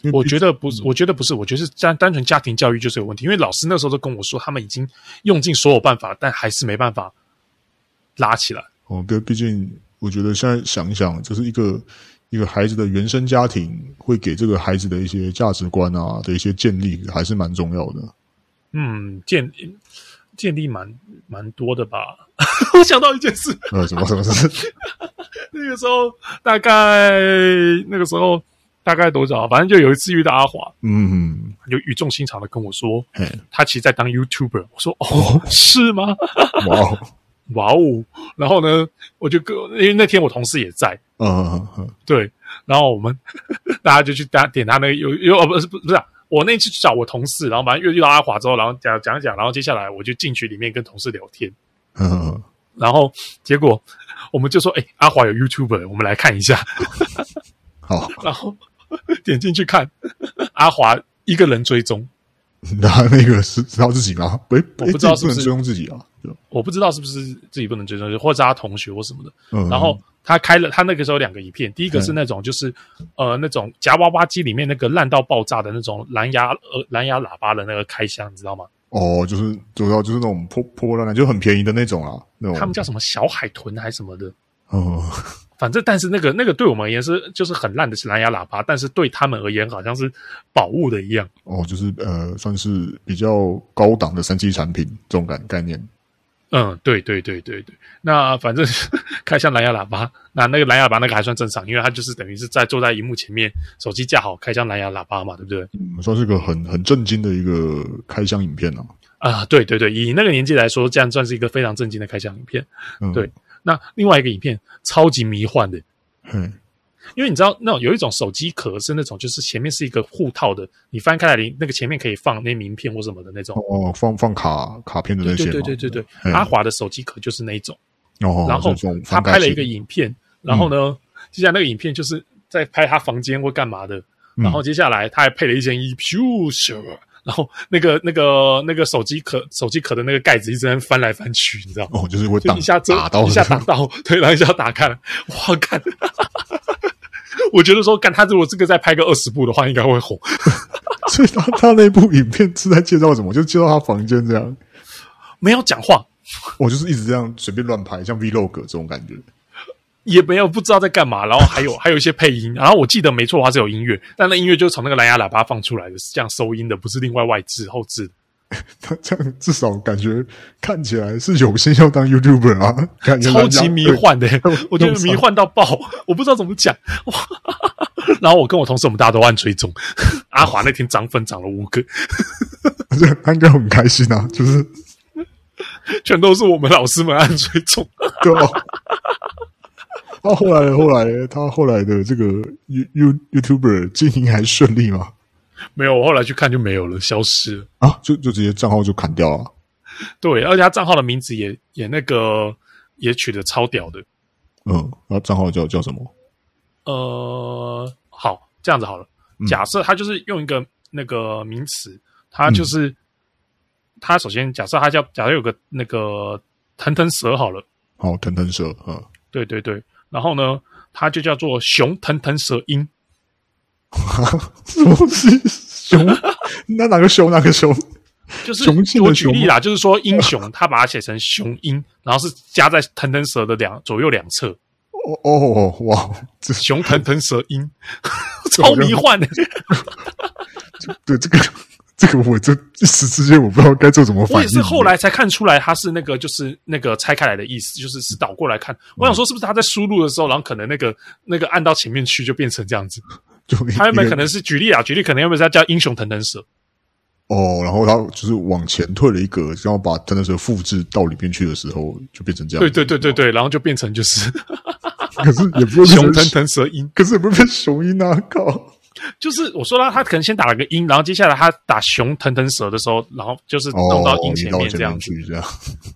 B: 因 为
A: 我
B: 毕
A: 觉得不是，我觉得不是，我觉得是单单纯家庭教育就是有问题。因为老师那时候都跟我说，他们已经用尽所有办法，但还是没办法拉起来。
B: 哦，对，毕竟我觉得现在想一想，这是一个一个孩子的原生家庭会给这个孩子的一些价值观啊的一些建立，还是蛮重要的。
A: 嗯，建建立蛮蛮多的吧。 我想到一件事，
B: 呃，什么什么事？
A: 那个时候大概那个时候大概多少，反正就有一次遇到阿华，
B: 嗯，
A: 就语重心长的跟我说
B: 嘿，
A: 他其实在当 YouTuber。我说哦，是吗？
B: 哇哦，
A: 哇哦！然后呢，我就跟因为那天我同事也在，
B: 嗯嗯嗯
A: 对，然后我们 大家就去搭点他那个有有哦不是不是、啊，我那次去找我同事，然后反正又遇到阿华之后，然后讲讲一讲，然后接下来我就进去里面跟同事聊天，
B: 嗯嗯，
A: 然后结果我们就说，哎，阿华有 YouTube，我们来看一下，
B: 好，
A: 然后 点进去看，阿华一个人追踪，
B: 那那个是知道自己吗？喂，
A: 我
B: 诶
A: 不知道
B: 自
A: 是
B: 己
A: 不是
B: 能追踪自己啊。对吧
A: 我不知道是不是自己不能追踪，或者是他同学或什么的，
B: 嗯，
A: 然后他开了，他那个时候有两个影片，第一个是那种就是、呃那种夹娃娃机里面那个烂到爆炸的那种蓝牙呃蓝牙喇叭的那个开箱，你知道吗？
B: 哦，就是主要就是那种破破破烂烂，就很便宜的那种啦，那种。
A: 他们叫什么小海豚还是什么的，
B: 哦，
A: 反正但是那个那个对我们而言是就是很烂的蓝牙喇叭，但是对他们而言好像是宝物的一样。
B: 哦，就是呃，算是比较高档的三 C 产品这种感概念。
A: 嗯，对对对对对，那反正开箱蓝牙喇叭，那那个蓝牙喇叭那个还算正常，因为它就是等于是在坐在荧幕前面，手机架好开箱蓝牙喇叭嘛，对不对？
B: 嗯算是个很很震惊的一个开箱影片啊。
A: 啊、对对对，以那个年纪来说，这样算是一个非常震惊的开箱影片。
B: 嗯，
A: 对，那另外一个影片超级迷幻的，
B: 嘿，
A: 因为你知道那种有一种手机壳是那种就是前面是一个护套的，你翻开来里那个前面可以放那名片或什么的那种。
B: 哦，放放卡卡片的那
A: 对
B: 些
A: 对
B: 嘛，
A: 对对对对，
B: 嗯
A: 阿华的手机壳就是那一种。
B: 哦，
A: 然后
B: 这种
A: 他
B: 翻盖
A: 拍了一
B: 式
A: 个影片，然后
B: 嗯
A: 呢，接下来那个影片就是在拍他房间或干嘛的，
B: 嗯
A: 然后接下来他还配了一件衣服，咻然后那个那个那个手机壳手机壳的那个盖子一直在翻来翻去，你知道吗？
B: 哦，就是会
A: 就
B: 打
A: 一下遮
B: 打到
A: 一下打到， 对，然后一下打开了，哇，干！ 我觉得说，干他如果这个再拍个二十部的话，应该会红。
B: 所以他他那部影片是在介绍什么？就介绍他房间这样，
A: 没有讲话，
B: 我就是一直这样随便乱拍，像 vlog 这种感觉。
A: 也没有不知道在干嘛，然后还有还有一些配音，然后我记得没错的话是有音乐，但那音乐就是从那个蓝牙喇叭放出来的，是这样收音的，不是另外外置后置的。
B: 他这样至少感觉看起来是有心要当 YouTuber 啊，感觉
A: 超级迷 幻的、我觉得迷幻到爆，我不知道怎么讲。哇然后我跟我同事，我们大家都按追踪。 阿华那天涨粉涨了五个，
B: 对，他应该很开心啊，就是
A: 全都是我们老师们按追踪。
B: 对哦。 他后来后来他后来的这个 You You YouTuber 经营还顺利吗？
A: 没有，我后来去看就没有了，消失了。
B: 啊，就就直接账号就砍掉啊？
A: 对，而且他账号的名字也也那个也取得超屌的。
B: 嗯，然后账号叫叫什么？
A: 呃，好，这样子好了，
B: 嗯
A: 假设他就是用一个那个名词，他就是、
B: 嗯
A: 他首先假设他叫假设有个那个腾腾蛇好了，
B: 好，腾腾蛇，嗯，
A: 对对对，然后呢，它就叫做熊腾腾蛇鹰，
B: 什么东西？熊？ 那哪个熊？哪个熊？哦
A: 就是
B: 雄性的
A: 我举
B: 熊
A: 例啦，就是说英雄，他把它写成雄鹰，然后是加在腾腾蛇的两左右两侧，
B: 哦哦哇！这
A: 熊腾腾蛇 鹰，超迷幻的。
B: 对这个这个我这一时之间我不知道该做什么
A: 我
B: 反
A: 也
B: 应。
A: 是后来才看出来，它是那个就是那个拆开来的意思，就是是倒过来看。我想说，是不是他在输入的时候，然后可能那个那个按到前面去就变成这样子？
B: 就
A: 他原本可
B: 能
A: 能是举例啊，举例可能原本是要叫英雄腾腾蛇，
B: 哦，然后他就是往前退了一格，然后把腾腾蛇复制到里面去的时候，就变成这样。哦
A: 对对对对对，然后就变成就是
B: 可是也不
A: 熊
B: 会变成
A: 腾，腾蛇鹰。
B: 可是也不会变雄鹰啊！靠，
A: 就是我说啦，他可能先打了个鹰，然后接下来他打熊腾腾蛇的时候，然后就是弄到鹰
B: 哦你
A: 前
B: 到
A: 面
B: 前
A: 这样
B: 面
A: 子。
B: 去这样。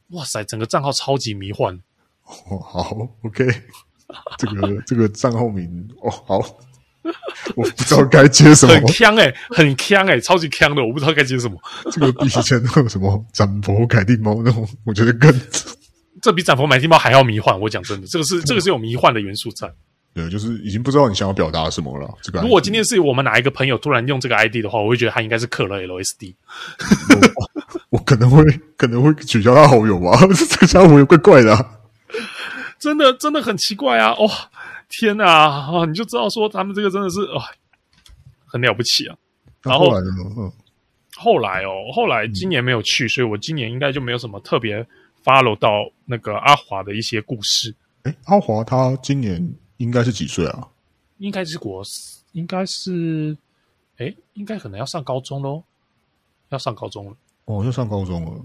A: 哇塞，整个账号超级迷幻。
B: 哦，好，OK，这个这个账号名哦，好，我不知道该接什么
A: 很，呛哎、很呛哎、超级呛的，我不知道该接什么。
B: 这个比以前那种什么展博凯蒂猫那种，我觉得更
A: 这比斩佛买地猫还要迷幻，我讲真的，这个是这啊个是有迷幻的元素在。
B: 对，就是已经不知道你想要表达什么了。这个
A: 如果今天是我们哪一个朋友突然用这个 ID 的话，我会觉得他应该是嗑了 LSD。
B: 我可能会可能会取消他好友吧， 这个家伙也怪怪的、啊。
A: 真的真的很奇怪啊！哇、天啊！哦，你就知道说他们这个真的是啊、很了不起啊。然后
B: 后来呢？嗯，
A: 后来哦，后来今年没有去，所以我今年应该就没有什么特别 follow 到那个阿华的一些故事。
B: 哎，阿华他今年应该是几岁啊？
A: 应该是国四，应该是，哎，应该可能要上高中喽，要上高中了。
B: 哦，要上高中了。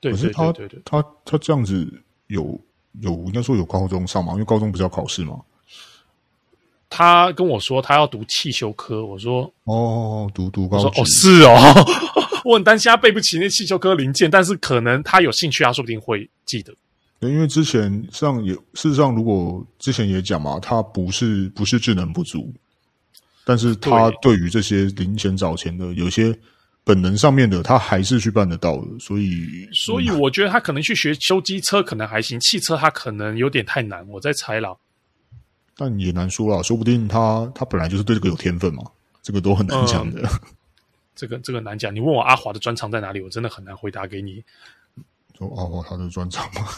A: 对
B: 可是
A: 对
B: 他
A: 对对对，
B: 他他这样子有有应该说有高中上嘛，因为高中不是要考试嘛。
A: 他跟我说他要读汽修科，我说
B: 哦，读读
A: 我
B: 高
A: 说
B: 职
A: 哦是哦， 我很担心他背不起那汽修科零件，但是可能他有兴趣，他说不定会记得。
B: 对，因为之前上也事实上，如果之前也讲嘛，他不是不是智能不足，但是他对于这些零钱找钱的，有些本能上面的，他还是去办得到的。所以，嗯
A: 所以我觉得他可能去学修机车可能还行，汽车他可能有点太难，我在猜啦。
B: 但也难说啦，说不定他他本来就是对这个有天分嘛，这个都很难讲的。
A: 这个这个难讲，你问我阿华的专长在哪里，我真的很难回答给你。
B: 说哦，他的专长嘛，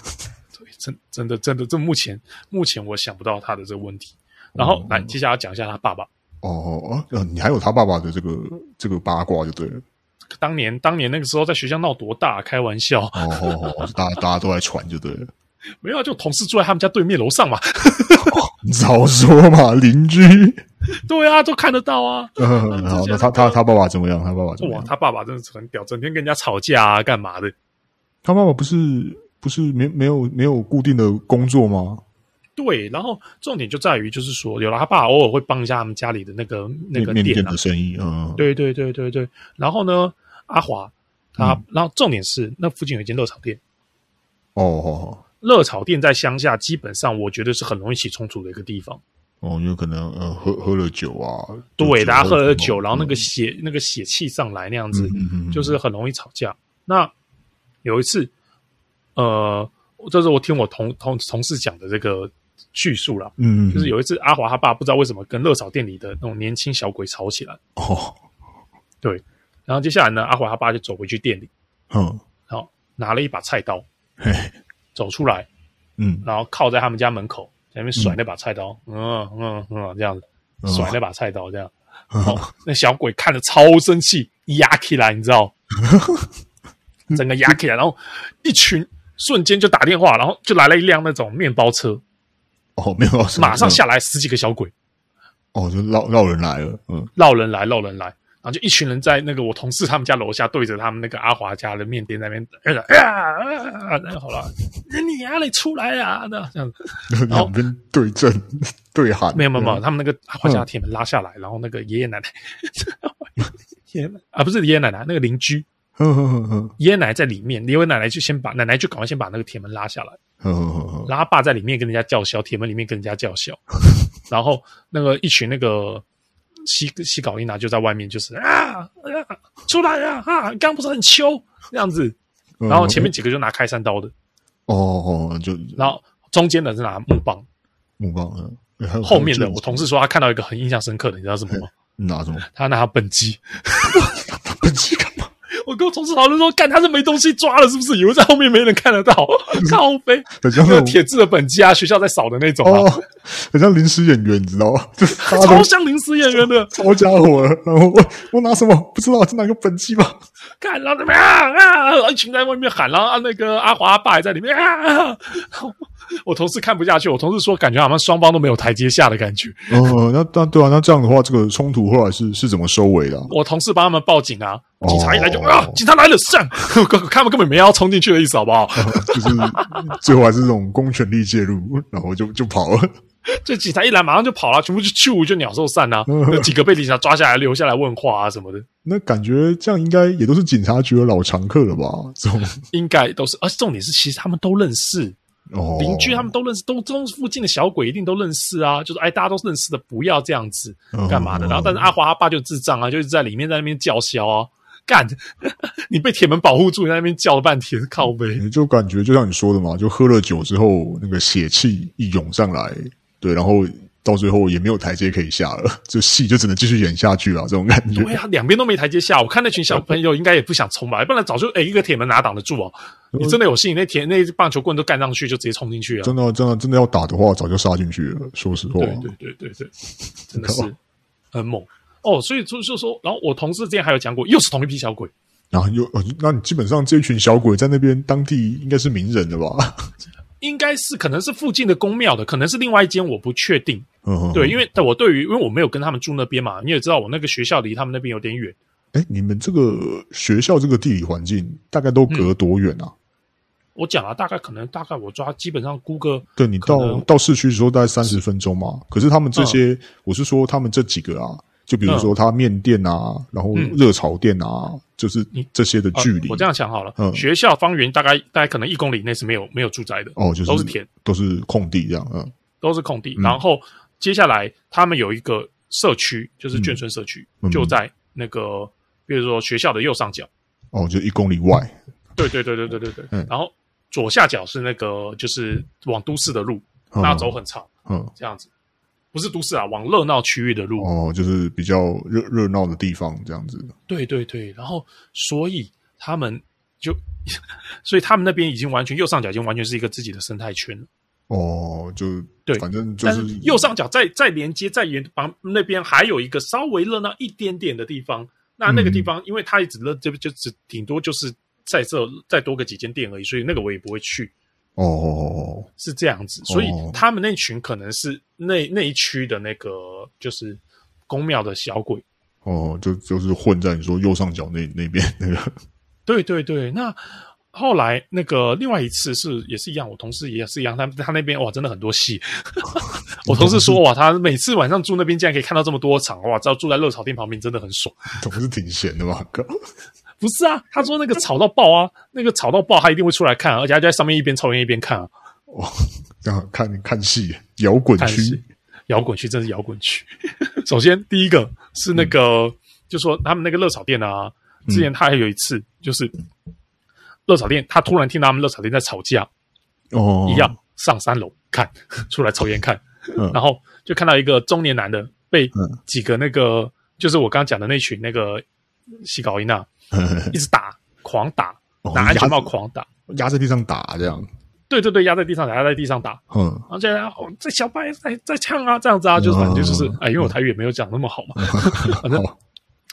A: 对，真真的真的，这目前目前我想不到他的这个问题。然后、来，接下来要讲一下他爸爸。
B: 哦哦哦，你还有他爸爸的这个这个八卦就对了。
A: 当年当年那个时候在学校闹多大，开玩笑，
B: 哦哦哦，大家大家都在传就对了。
A: 没有啊就同事住在他们家对面楼上嘛。
B: 你早说嘛，邻居。
A: 对啊，都看得到啊。
B: 嗯，好，那他他他爸爸怎么样？他爸爸怎么
A: 哇，
B: 样？
A: 他爸爸真的是很屌，整天跟人家吵架啊，干嘛的？
B: 他爸爸不是不是没没有没有固定的工作吗？
A: 对，然后重点就在于，就是说，有了他爸偶尔会帮一下他们家里的那个那个
B: 面面
A: 店
B: 店
A: 啊
B: 的，生意，嗯，
A: 对对对对对。然后呢，阿华他，
B: 嗯
A: 然后重点是那附近有一间热炒店，
B: 哦哦
A: 热炒店在乡下基本上我觉得是很容易起冲突的一个地方。
B: 哦，因为可能呃喝喝了酒啊，
A: 对，大家喝了酒，然后那
B: 个
A: 个血那个血气上来那样子，
B: 嗯
A: 就是很容易吵架。那有一次，呃，这是我听我同同同事讲的这个叙述啦，
B: 嗯
A: 就是有一次阿华他爸不知道为什么跟热炒店里的那种年轻小鬼吵起来，
B: 哦，
A: 对，然后接下来呢，阿华他爸就走回去店里，
B: 嗯，
A: 然后拿了一把菜刀
B: 嘿，
A: 走出来，
B: 嗯，
A: 然后靠在他们家门口，在那边甩那把菜刀，嗯嗯嗯，这样子
B: 嗯
A: 甩那把菜刀，这样。
B: 嗯
A: 哦，那小鬼看着超生气，压起来，你知 道，整个压起来，然后一群瞬间就打电话，然后就来了一辆那种面包车，
B: 哦，没有，
A: 马上下来十几个小鬼，
B: 哦，就绕绕人来了，嗯，
A: 绕人来，绕人来，然后就一群人在那个我同事他们家楼下对着他们那个阿华家的面店那边，哎呀，哎呀啊那好了，你啊，你出来啊，那这样子，
B: 两边对阵 对喊，
A: 没有没有没有，
B: 嗯，
A: 他们那个阿华家的铁门拉下来，然后那个爷爷奶奶，爷爷奶啊不是爷爷奶奶，那个邻居。
B: 哼哼哼哼
A: 爷爷奶奶在里面，爷爷奶奶就先把奶奶就赶快先把那个铁门拉下来，
B: 哼哼哼，
A: 然后他爸在里面跟人家叫嚣，铁门里面跟人家叫 嚣，然后那个一群那个西西搞一拿就在外面就是啊啊出来啊啊，刚刚不是很秋这样子，
B: 嗯
A: 然后前面几个就拿开山刀的，
B: 哦哦，就
A: 然后中间的是拿木棒，
B: 木棒，嗯嗯哎还有
A: 后面的我同
B: 事
A: 事说他看到一个很印象深刻的，你知道什么吗？
B: 拿什么？
A: 他拿本机，
B: 本机干嘛？
A: 我跟我同事讨论说，干他是没东西抓了是不是？以为在后面没人看得 到， 靠飞。
B: 很像
A: 那
B: 那
A: 个
B: 种
A: 铁质的本机啊，学校在扫的那种啊，
B: 嗯哦，很像临时演员，你知道吗？ 就是大家
A: 超
B: 都
A: 像临时演员的，
B: 抄家伙了，然后我我拿什么不知道，就拿个本机吧。
A: 看，然后怎么样啊啊，一群在外面喊，然后那个阿华阿爸也在里面啊。 啊我同事看不下去，我同事说感觉好像双方都没有台阶下的感觉。
B: 哦， 那那对啊，那这样的话，这个冲突后来是是怎么收尾的啊、
A: 我同事帮他们报警啊，
B: 哦
A: 警察一来就、啊，警察来了，上，他们根本没要冲进去的意思，好不 好？
B: 就是最后还是这种公权力介入，然后就就跑了。
A: 这警察一来马上就跑了，全部就去就鸟兽散 啊，
B: 嗯
A: 有几个被警察抓下来留下来问话啊什么的，
B: 那感觉这样应该也都是警察局的老常客了吧？这种
A: 应该都是。而且重点是，其实他们都认识，
B: 哦，
A: 邻居他们都认识，都都是附近的小鬼一定都认识啊，就是哎，大家都认识的，不要这样子
B: 嗯
A: 干嘛的？然后，但是阿华他爸就智障啊，就一直在里面在那边叫嚣啊， 干，你被铁门保护住，你在那边叫了半天，靠背，
B: 就感觉就像你说的嘛，就喝了酒之后，那个血气一涌上来，对，然后到最后也没有台阶可以下了，这戏就只能继续演下去了。这种感觉
A: 对啊，两边都没台阶下，我看那群小朋友应该也不想冲
B: 嗯
A: 吧，不然早就哎一个铁门哪挡得住哦？你真的有信，那铁那棒球棍都干上去就直接冲进去了，啊
B: 真的真的真的要打的话，早就杀进去了。说实话，
A: 对对对对对，真的是很猛哦，所以就就说，然后我同事之前还有讲过，又是同一批小鬼。
B: 然后又，呃那你基本上这一群小鬼在那边当地应该是名人了吧？
A: 应该是可能是附近的公庙的，可能是另外一间，我不确定。
B: 嗯，
A: 对，
B: 为
A: 因为但我对于因为我没有跟他们住那边嘛，你也知道我那个学校离他们那边有点远，
B: 哎，你们这个学校这个地理环境大概都
A: 嗯
B: 隔多远啊？
A: 我讲了大概可能大概我抓基本上估个
B: 对你
A: 可
B: 到
A: 能嗯
B: 到市区的时候大概三十分钟嘛。可是他们这些，我是说他们这几个啊，就比如说他面店啊，然后
A: 嗯
B: 热炒店啊，就是
A: 你
B: 这些的
A: 呃
B: 距离，
A: 我这样想好了，
B: 嗯
A: 学校方圆大概大概可能一公里内是没有没有住宅的，
B: 哦，就是
A: 都是田，
B: 都是空地这样，嗯
A: 都是空地。
B: 嗯
A: 然后接下来他们有一个社区，就是眷村社区，
B: 嗯
A: 就在那个比如说学校的右上角，
B: 哦，就一公里外，
A: 对对对对对对对，
B: 嗯
A: 然后左下角是那个就是往都市的路，
B: 嗯
A: 那走很长。
B: 嗯，
A: 这样子，不是都市啊，往热闹区域的路。
B: 哦，就是比较热热闹的地方这样子，
A: 对对对，然后所以他们就， 所以他们那边已经完全右上角已经完全是一个自己的生态圈了。
B: 哦，就
A: 对
B: 反正就
A: 但
B: 是
A: 是右上角再再连接再沿旁那边还有一个稍微热闹一点点的地方，那那个
B: 嗯
A: 地方因为它也只热就就只顶多就是在这再多个几间店而已，所以那个我也不会去。
B: 哦哦哦，
A: 是这样子，所以
B: 哦
A: 他们那群可能是那那一区的那个就是公庙的小鬼，
B: 哦哦，就就是混在你说右上角那那边 那个，
A: 对对对，那后来那个另外一次是也是一样，我同事也是一样，他他那边哇真的很多戏。 我同事说哇，他每次晚上住那边竟然可以看到这么多场，哇，只要住在热炒店旁边真的很爽。
B: 总是挺闲的吧？哥，
A: 不是啊，他说那个吵到爆啊，那个吵到爆，他一定会出来看啊、而且他就在上面一边抽烟一边看啊，
B: 这样啊看看戏，摇滚
A: 看
B: 区
A: 戏，摇滚区真是摇滚区。 首先第一个是那个，就说他们那个热炒店啊，之前他还有一次就是热炒店，他突然听到他们热炒店在吵架，
B: 哦，
A: 一样上三楼看， 出来抽烟看，
B: 嗯
A: 然后就看到一个中年男的被
B: 嗯
A: 几个那个，就是我刚刚讲的那群那个西高一那，啊 一直打，狂打，拿安全帽狂打，
B: 嗯哦压在地上打这样。
A: 对对对，压在地上打，压在地上打。
B: 嗯，
A: 然后就哦，这小白在在呛啊，这样子啊，就是反正就是
B: 嗯
A: 哎，因为我台语也没有讲那么好嘛，反正
B: 好，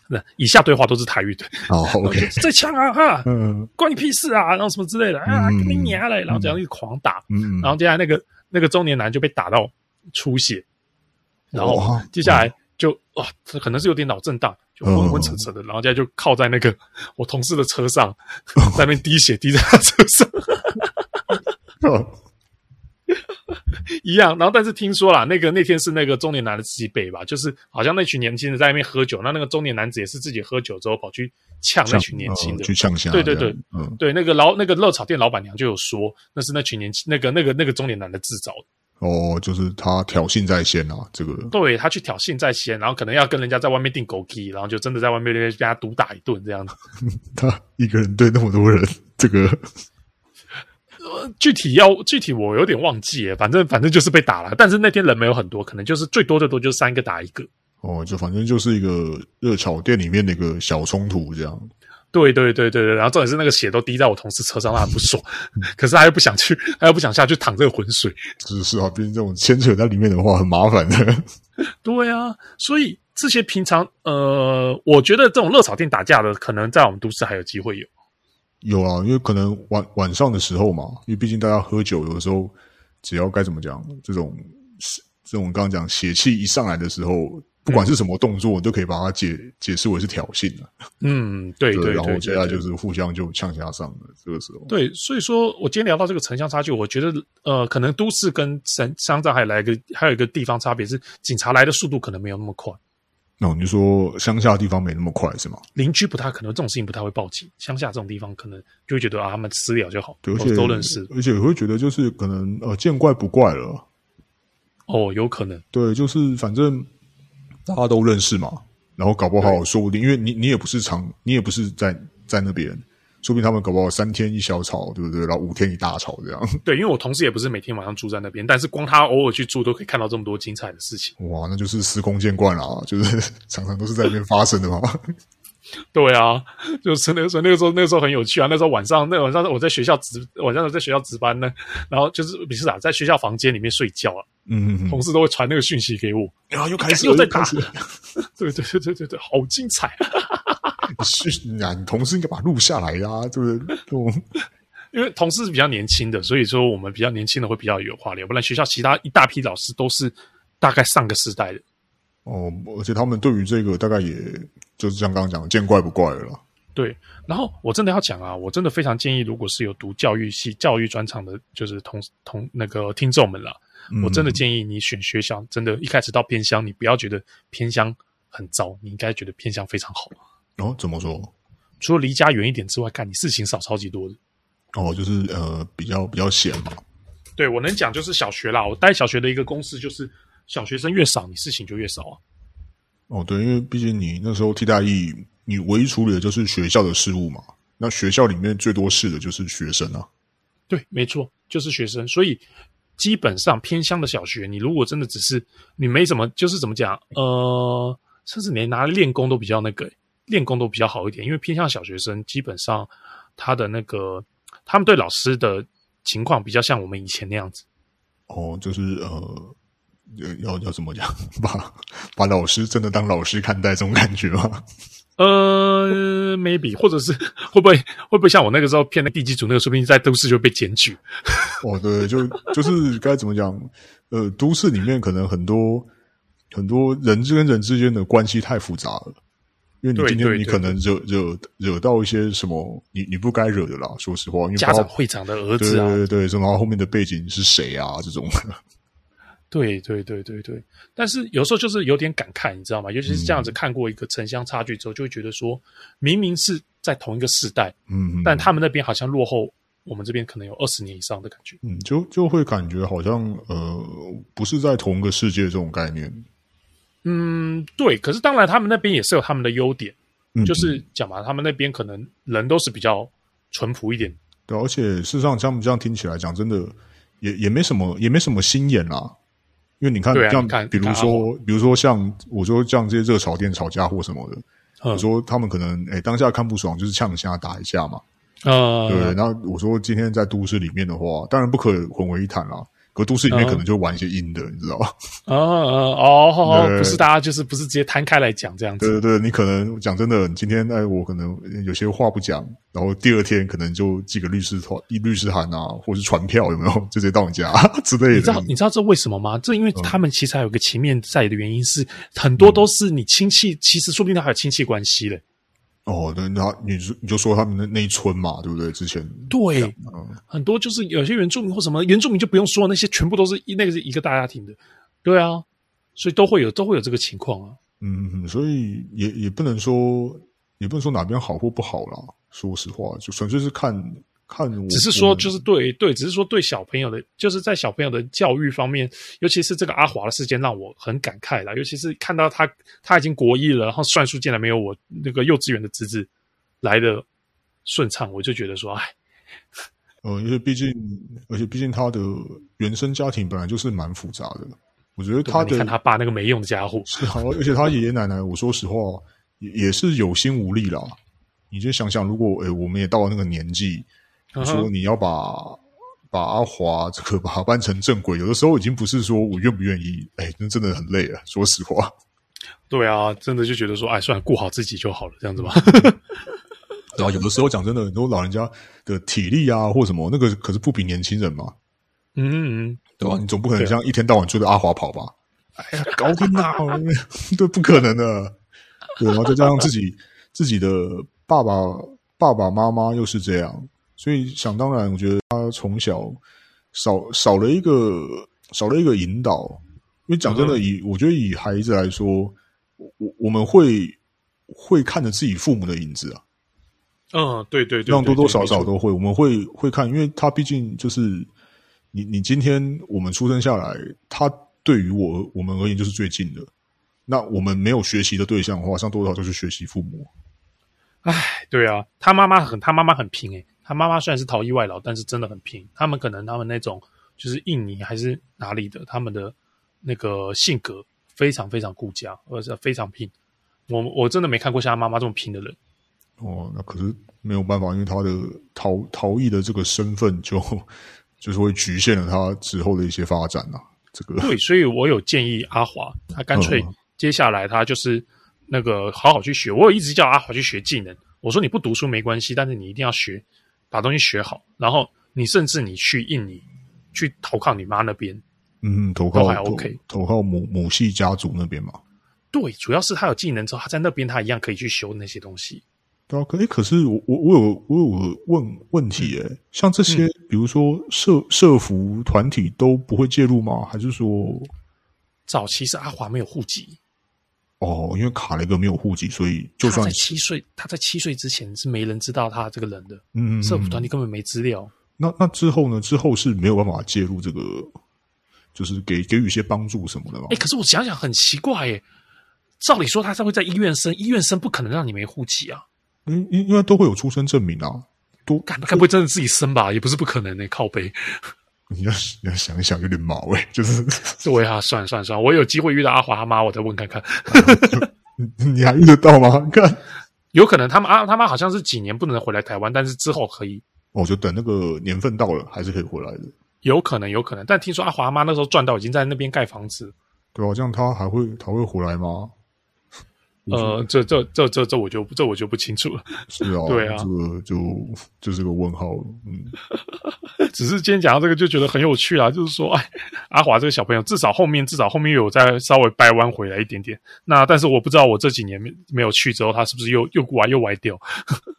A: 那以下对话都是台语的。
B: 好，OK，
A: 在呛啊哈，
B: 嗯
A: 关你屁事啊，然后什么之类的啊，
B: 嗯
A: 跟你娘嘞，然后这样一直狂打，
B: 嗯，
A: 然后接下来那个那个中年男就被打到出血，然后
B: 哇
A: 接下来就哇，这可能是有点脑震荡，就昏昏沉沉的，然后接下来就靠在那个我同事的车上，在那边滴血滴在他车上
B: 哦
A: 一样。然后但是听说啦，那个那天是那个中年男的自己背吧，就是好像那群年轻人在那边喝酒，那那个中年男子也是自己喝酒之后跑去呛那群年轻的，
B: 呃哦去呛下，
A: 对对对，
B: 嗯
A: 对，那个老那个热炒店老板娘就有说，那是那群年轻那个那个那个中年男的自找的，
B: 哦，就是他挑衅在先啊，这个
A: 对他去挑衅在先，然后可能要跟人家在外面订狗 key，然后就真的在外面被人家毒打一顿这样子。
B: 他一个人对那么多人， 这个
A: 呃具体要具体我有点忘记了，反正反正就是被打了，但是那天人没有很多，可能就是最多最多就是三个打一个。
B: 哦，就反正就是一个热炒店里面的一个小冲突这样。
A: 对对对对对，然后重点是那个血都滴在我同事车上，让他很不爽， 可是他又不想去，他又不想下去淌这个浑水。
B: 是是啊，毕竟这种牵扯在里面的话，很麻烦的。
A: 对啊，所以这些平常呃，我觉得这种热炒店打架的，可能在我们都市还有机会有。
B: 有啊，因为可能晚晚上的时候嘛，因为毕竟大家喝酒，有的时候只要该怎么讲，这种这种刚刚讲血气一上来的时候，不管是什么动作，都可以把它解解释为是挑衅了、
A: 嗯，对对，
B: 然后
A: 对
B: 接
A: 对
B: 下来
A: 对
B: 就是互相就呛下上了。这个时候，
A: 对，所以说我今天聊到这个城乡差距，我觉得呃，可能都市跟城乡上还来个还有一个地方差别是，警察来的速度可能没有那么快，
B: 那我就说乡下地方没那么快是吗？
A: 邻居不太可能这种事情不太会报警，乡下这种地方可能就会觉得啊，他们私了就好，
B: 对，而
A: 都
B: 且
A: 哦都认识，
B: 而且会觉得就是可能呃见怪不怪了。
A: 哦，有可能，
B: 对，就是反正大家都认识嘛，然后搞不好
A: 对
B: 说不定，因为你你也不是常，你也不是在在那边，说不定他们搞不好三天一小吵，对不对？然后五天一大吵这样。
A: 对，因为我同事也不是每天晚上住在那边，但是光他偶尔去住都可以看到这么多精彩的事情。
B: 哇，那就是司空见惯了、啊，就是 常常都是在那边发生的嘛。
A: 对啊， 就是那个时候，那个时候，那个时候很有趣啊。那时候晚上，那晚上我在学校值，晚上我在学校值班呢，然后就是不是啊，在学校房间里面睡觉啊，
B: 嗯，嗯嗯
A: 同事都会传那个讯息给我，
B: 然后又开始
A: 又在打
B: 开始
A: 对对对对对对，好精彩！啊
B: 是啊，你同事应该把它录下来啊，对不对？这 种
A: 因为同事是比较年轻的，所以说我们比较年轻的会比较有话聊，不然学校其他一大批老师都是大概上个世代的。
B: 哦，而且他们对于这个大概也就是像刚刚讲的，见怪不怪了啦。
A: 对，然后我真的要讲啊，我真的非常建议，如果是有读教育系、教育专场的，就是同同那个听众们啦，
B: 嗯
A: 我真的建议你选学校，真的，一开始到偏乡，你不要觉得偏乡很糟，你应该觉得偏乡非常好。啊
B: 然后、哦、怎么说？
A: 除了离家远一点之外，干你事情少超级多的。
B: 哦，就是呃，比较比较闲嘛。
A: 对我能讲就是小学啦，我带小学的一个公式就是，小学生越少，你事情就越少啊。
B: 哦，对，因为毕竟你那时候替代役，你唯一处理的就是学校的事务嘛。那学校里面最多事的就是学生啊。
A: 对，没错，就是学生。所以基本上偏乡的小学，你如果真的只是你没什么，就是怎么讲，呃，甚至连拿来练功都比较那个，练功都比较好一点，因为偏向小学生基本上他的那个他们对老师的情况比较像我们以前那样子。
B: 哦，就是呃，呃要要怎么讲， 把把老师真的当老师看待这种感觉吗？
A: 呃，maybe，或者是会不会会不会像我那个时候骗那地基组那个，说不定在都市就被检举。
B: 哦，对，就就是该怎么讲？呃，都市里面可能很多很多人之跟人之间的关系太复杂了。因为你
A: 对
B: 今天
A: 对
B: 你
A: 对
B: 可能惹惹惹到一些什么你你不该惹的啦，说实话，因为
A: 家
B: 包
A: 长
B: 括
A: 会长的儿
B: 对
A: 子啊，
B: 对对，然后后面的背景是谁啊？这种
A: 对对对对对，但是有时候就是有点感慨，你知道吗？尤其是这
B: 嗯
A: 样子看过一个城乡差距之后，就会觉得说，明明是在同一个世代，
B: 嗯，
A: 但他们那边好像落后我们这边可能有二十年以上的感觉。
B: 嗯，就就会感觉好像呃，不是在同个世界这种概念，
A: 嗯，对。可是当然，他们那边也是有他们的优点，
B: 嗯，
A: 就是讲嘛，他们那边可能人都是比较淳朴一点。
B: 对，而且事实上像这样听起来讲，真的也也没什么，也没什么心眼啦。因为你看，
A: 对啊
B: 像
A: 你看
B: 比如
A: 看阿
B: 说，比如说像我说像这些热炒店吵架或什么的，
A: 嗯
B: 我说他们可能哎当下看不爽，就是呛一下打一架嘛。对，
A: 呃，
B: 那我说今天在都市里面的话，当然不可混为一谈啦。可都市里面
A: 嗯
B: 可能就玩一些阴的，你知道吧？
A: 呃呃哦哦，
B: 对
A: 不是大家就是不是直接摊开来讲这样
B: 对
A: 子，
B: 对对，你可能讲真的，你今天哎，我可能有些话不讲，然后第二天可能就寄个律师团、律师函啊，或是传票有没有， 就直接到你家之类的。嗯
A: 你知道你知道这为什么吗？这因为他们其实还有个情面在的原因是，很多都是你亲戚，其实说不定他还有亲戚关系嘞。
B: 哦，对，然后你就你就说他们那那一村嘛，对不对？之前
A: 对，很多就是有些原住民或什么原住民就不用说，那些全部都是一那个是一个大家庭的，对啊，所以都会有都会有这个情况啊。
B: 嗯，嗯，所以也也不能说，也不能说哪边好或不好啦。说实话，就纯粹是看看我，
A: 只是
B: 我
A: 说，
B: 们
A: 就是对对，只是说对小朋友的，就是在小朋友的教育方面，尤其是这个阿华的事件，让我很感慨了。尤其是看到他他已经国一了，然后算术竟然没有我那个幼稚园的资质来的顺畅，我就觉得说，哎，
B: 呃，因为毕竟，而且毕竟他的原生家庭本来就是蛮复杂的。我觉得
A: 对
B: 他
A: 吧你
B: 的
A: 看他爸那个没用的家伙，
B: 是好，而且他爷爷奶奶，我说实话也也是有心无力啦。你就想想，如果诶、我们也到了那个年纪，你
A: 嗯
B: 说
A: 哼
B: 你要把把阿华这个把他办成正轨，有的时候已经不是说我愿不愿意，哎、那真的很累了。说实话，
A: 对啊，真的就觉得说，哎，算了，顾好自己就好了，这样子吧。
B: 然啊后有的时候讲真的，很多老人家的体力啊或什么，那个可是不比年轻人嘛，
A: 嗯嗯，
B: 对吧？你总不可能
A: 对啊
B: 像一天到晚追着阿华跑吧？哎呀，搞定啦！对，不可能的。对，然后再加上 自己自己的爸爸爸爸妈妈又是这样，所以想当然，我觉得他从小少少了一个少了一个引导。因为讲真的，
A: 嗯
B: 以我觉得以孩子来说，我我们会会看着自己父母的影子啊。
A: 嗯，对对对，
B: 让多
A: 对
B: 多少少，
A: 对
B: 都会，我们会会看，因为他毕竟就是你你今天我们出生下来，他对于我我们而言就是最近的。那我们没有学习的对象的话，像多多少少就是学习父母。
A: 哎，对啊，他妈妈很，他妈妈很拼诶、欸他妈妈虽然是逃逸外劳，但是真的很拼。他们可能他们那种就是印尼还是哪里的，他们的那个性格非常非常顾家，而且非常拼。我我真的没看过像他妈妈这么拼的人。
B: 哦，那可是没有办法，因为他的逃逃逸的这个身份就就是会局限了他之后的一些发展啊。这个
A: 对，所以我有建议阿华，他干脆
B: 嗯
A: 接下来他就是那个好好去学。我有一直叫阿华去学技能，我说你不读书没关系，但是你一定要学，把东西学好。然后你甚至你去印尼去投靠你妈那边，
B: 嗯，投靠
A: 都还
B: 投
A: OK
B: 投靠母母系家族那边嘛。
A: 对，主要是他有技能之后，他在那边他一样可以去修那些东西。
B: 对啊，可诶可是我我我有我有个问问题
A: 嗯
B: 诶、像这些、比如说社社服团体都不会介入吗？还是说
A: 早期是阿华没有户籍，
B: 哦，因为卡了一个没有户籍，所以就
A: 他
B: 算
A: 在七岁，他在七岁之前是没人知道他这个人的，
B: 嗯哦嗯
A: 社服团
B: 体，
A: 体根本没资料。
B: 那那之后呢？之后是没有办法介入这个，就是给给予一些帮助什么的吗
A: 哎、？可是我想想很奇怪耶，照理说他才会在医院生，医院生不可能让你没户籍啊，
B: 因因因为都会有出生证明啊，都
A: 干该不会真的自己生吧？也不是不可能呢，靠背。
B: 你要你要想一想，有点毛诶、就是
A: 对啊，算了算了算了，我有机会遇到阿华他妈，我再问看看。
B: 你你还遇得到吗？看。
A: 有可能他们阿他妈好像是几年不能回来台湾，但是之后可以，
B: 我哦就等那个年份到了，还是可以回来的。
A: 有可能有可能。但听说阿华他妈那时候赚到已经在那边盖房子了
B: 对啊，这样他还会他会回来吗？
A: 呃，这这这这这我就这我就不清楚了。
B: 是啊，
A: 对啊
B: 这个就就是个问号了。嗯，
A: 只是今天讲到这个就觉得很有趣啦，就是说，哎，阿华这个小朋友至少后面至少后面有再稍微掰弯回来一点点。那但是我不知道我这几年没没有去之后，他是不是又又歪又歪掉？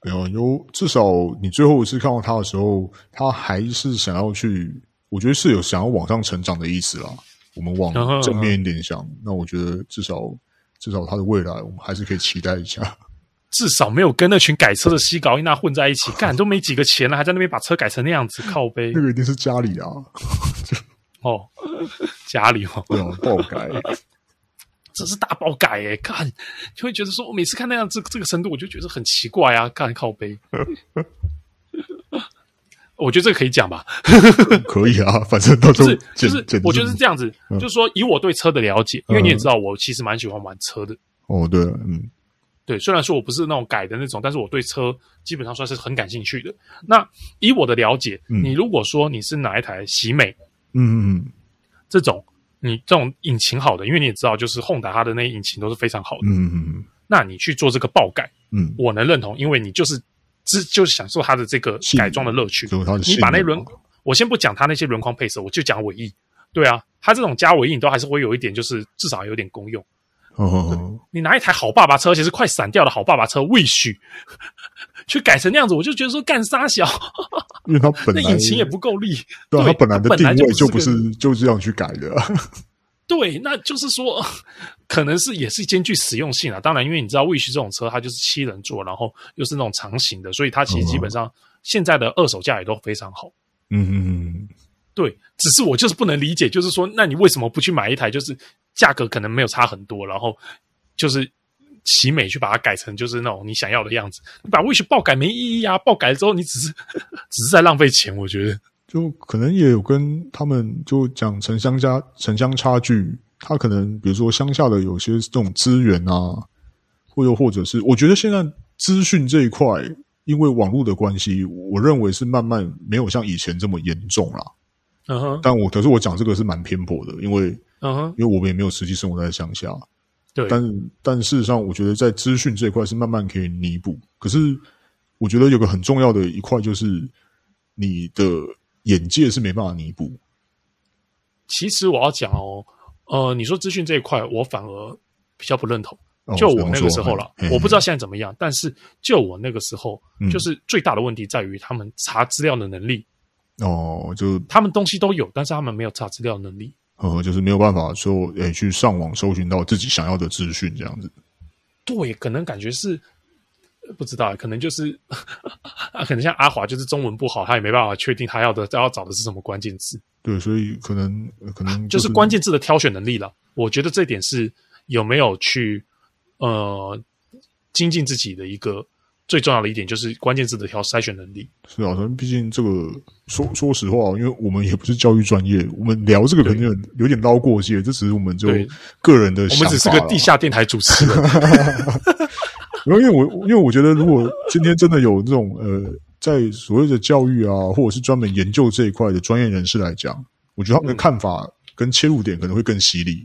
B: 没有，啊有至少你最后一次看到他的时候，他还是想要去，我觉得是有想要往上成长的意思啦。我们往
A: 嗯哼
B: 正面一点想，那我觉得至少至少他的未来，我们还是可以期待一下。
A: 至少没有跟那群改车的西高一娜混在一起，干都没几个钱了，还在那边把车改成那样子，靠背
B: 那个一定是家里啊，
A: 哦，家里哦，
B: 对啊，爆改。
A: 这是大爆改哎、看就会觉得说，我每次看那样这这个深度，我就觉得很奇怪啊，看靠背。 我觉得这个可以讲吧，
B: 可以啊， 反正到时
A: 就
B: 候
A: 是就
B: 剪
A: 是
B: 剪，
A: 我觉得是这样子，
B: 嗯
A: 就是说以我对车的了解，因为
B: 嗯
A: 你也知道，我其实蛮喜欢玩车的。
B: 哦，对啊，嗯
A: 对，虽然说我不是那种改的那种，但是我对车基本上算是很感兴趣的。那以我的了解，
B: 嗯
A: 你如果说你是哪一台喜美
B: 嗯嗯
A: 这种，你这种引擎好的，因为你也知道，就是 Honda 它的那引擎都是非常好的，
B: 嗯嗯
A: 那你去做这个爆改，
B: 嗯，
A: 我能认同，因为你就是只就是享受它的这个
B: 性能
A: 改装的乐趣。
B: 就是它的
A: 你
B: 性
A: 把那
B: 能
A: 轮
B: 嘛，
A: 我先不讲它那些轮框配色，我就讲尾翼。对啊，它这种加尾翼，你都还是会有一点，就是至少有点功用。
B: 哦哦
A: 你拿一台好爸爸车，而且是快散掉的好爸爸车，未许 去改成那样子，我就觉得说干沙小，
B: 哦因为它本
A: 那
B: 来
A: 引擎也不够力。
B: 对啊，它
A: 对
B: 本来
A: 它
B: 的
A: 本
B: 定
A: 来就
B: 位
A: 不
B: 就是不
A: 个
B: 是就这样去改的啊，
A: 对，那就是说，可能是也是兼具实用性啊。当然，因为你知道魏 i 这种车，它就是七人座，然后又是那种长型的，所以它其实基本上现在的二手价也都非常好。
B: 嗯嗯
A: 对，只是我就是不能理解，就是说，那你为什么不去买一台，就是价格可能没有差很多，然后就是奇美去把它改成就是那种你想要的样子？你把 wish 爆改没意义啊！爆改了之后，你只是 只是在浪费钱，我觉得。
B: 就可能也有跟他们就讲城乡家城乡差距，他可能比如说乡下的有些这种资源啊，或又或者是我觉得现在资讯这一块，因为网络的关系，我认为是慢慢没有像以前这么严重啦。
A: 嗯哼，
B: 但我可是我讲这个是蛮偏颇的，因为
A: 嗯哼，
B: 因为我们也没有实际生活在乡下，
A: 对，
B: 但但事实上，我觉得在资讯这一块是慢慢可以弥补。可是，我觉得有个很重要的一块就是你的眼界是没办法弥补。
A: 其实我要讲哦，呃，你说资讯这一块，我反而比较不认同。
B: 哦
A: 就我那个时候了，我不知，
B: 这样说哎
A: 道现在怎么样，但是就我那个时候
B: 嗯，
A: 就是最大的问题在于他们查资料的能力，
B: 嘿哦，就
A: 他们东西都有，但是他们没有查资料能力。
B: 呃，就是没有办法说，诶、去上网搜寻到自己想要的资讯，这样子。
A: 对，可能感觉是呃不知道，可能就是 啊，可能像阿华就是中文不好，他也没办法确定他要的他要找的是什么关键字，
B: 对，所以可能呃可能
A: 啊就是
B: 是
A: 关键字的挑选能力了。我觉得这点是有没有去呃精进自己的一个最重要的一点，就是关键字的挑筛选能力。
B: 是啊，毕竟这个说说实话，因为我们也不是教育专业，我们聊这个可能有有点捞过界，这只是我们就
A: 对
B: 个人的
A: 我
B: 想法
A: 们
B: 啦。
A: 只是个地下电台主持 人，
B: 然后，因为我因为我觉得，如果今天真的有这种呃，在所谓的教育啊，或者是专门研究这一块的专业人士来讲，我觉得他们的看法跟切入点可能会更犀利。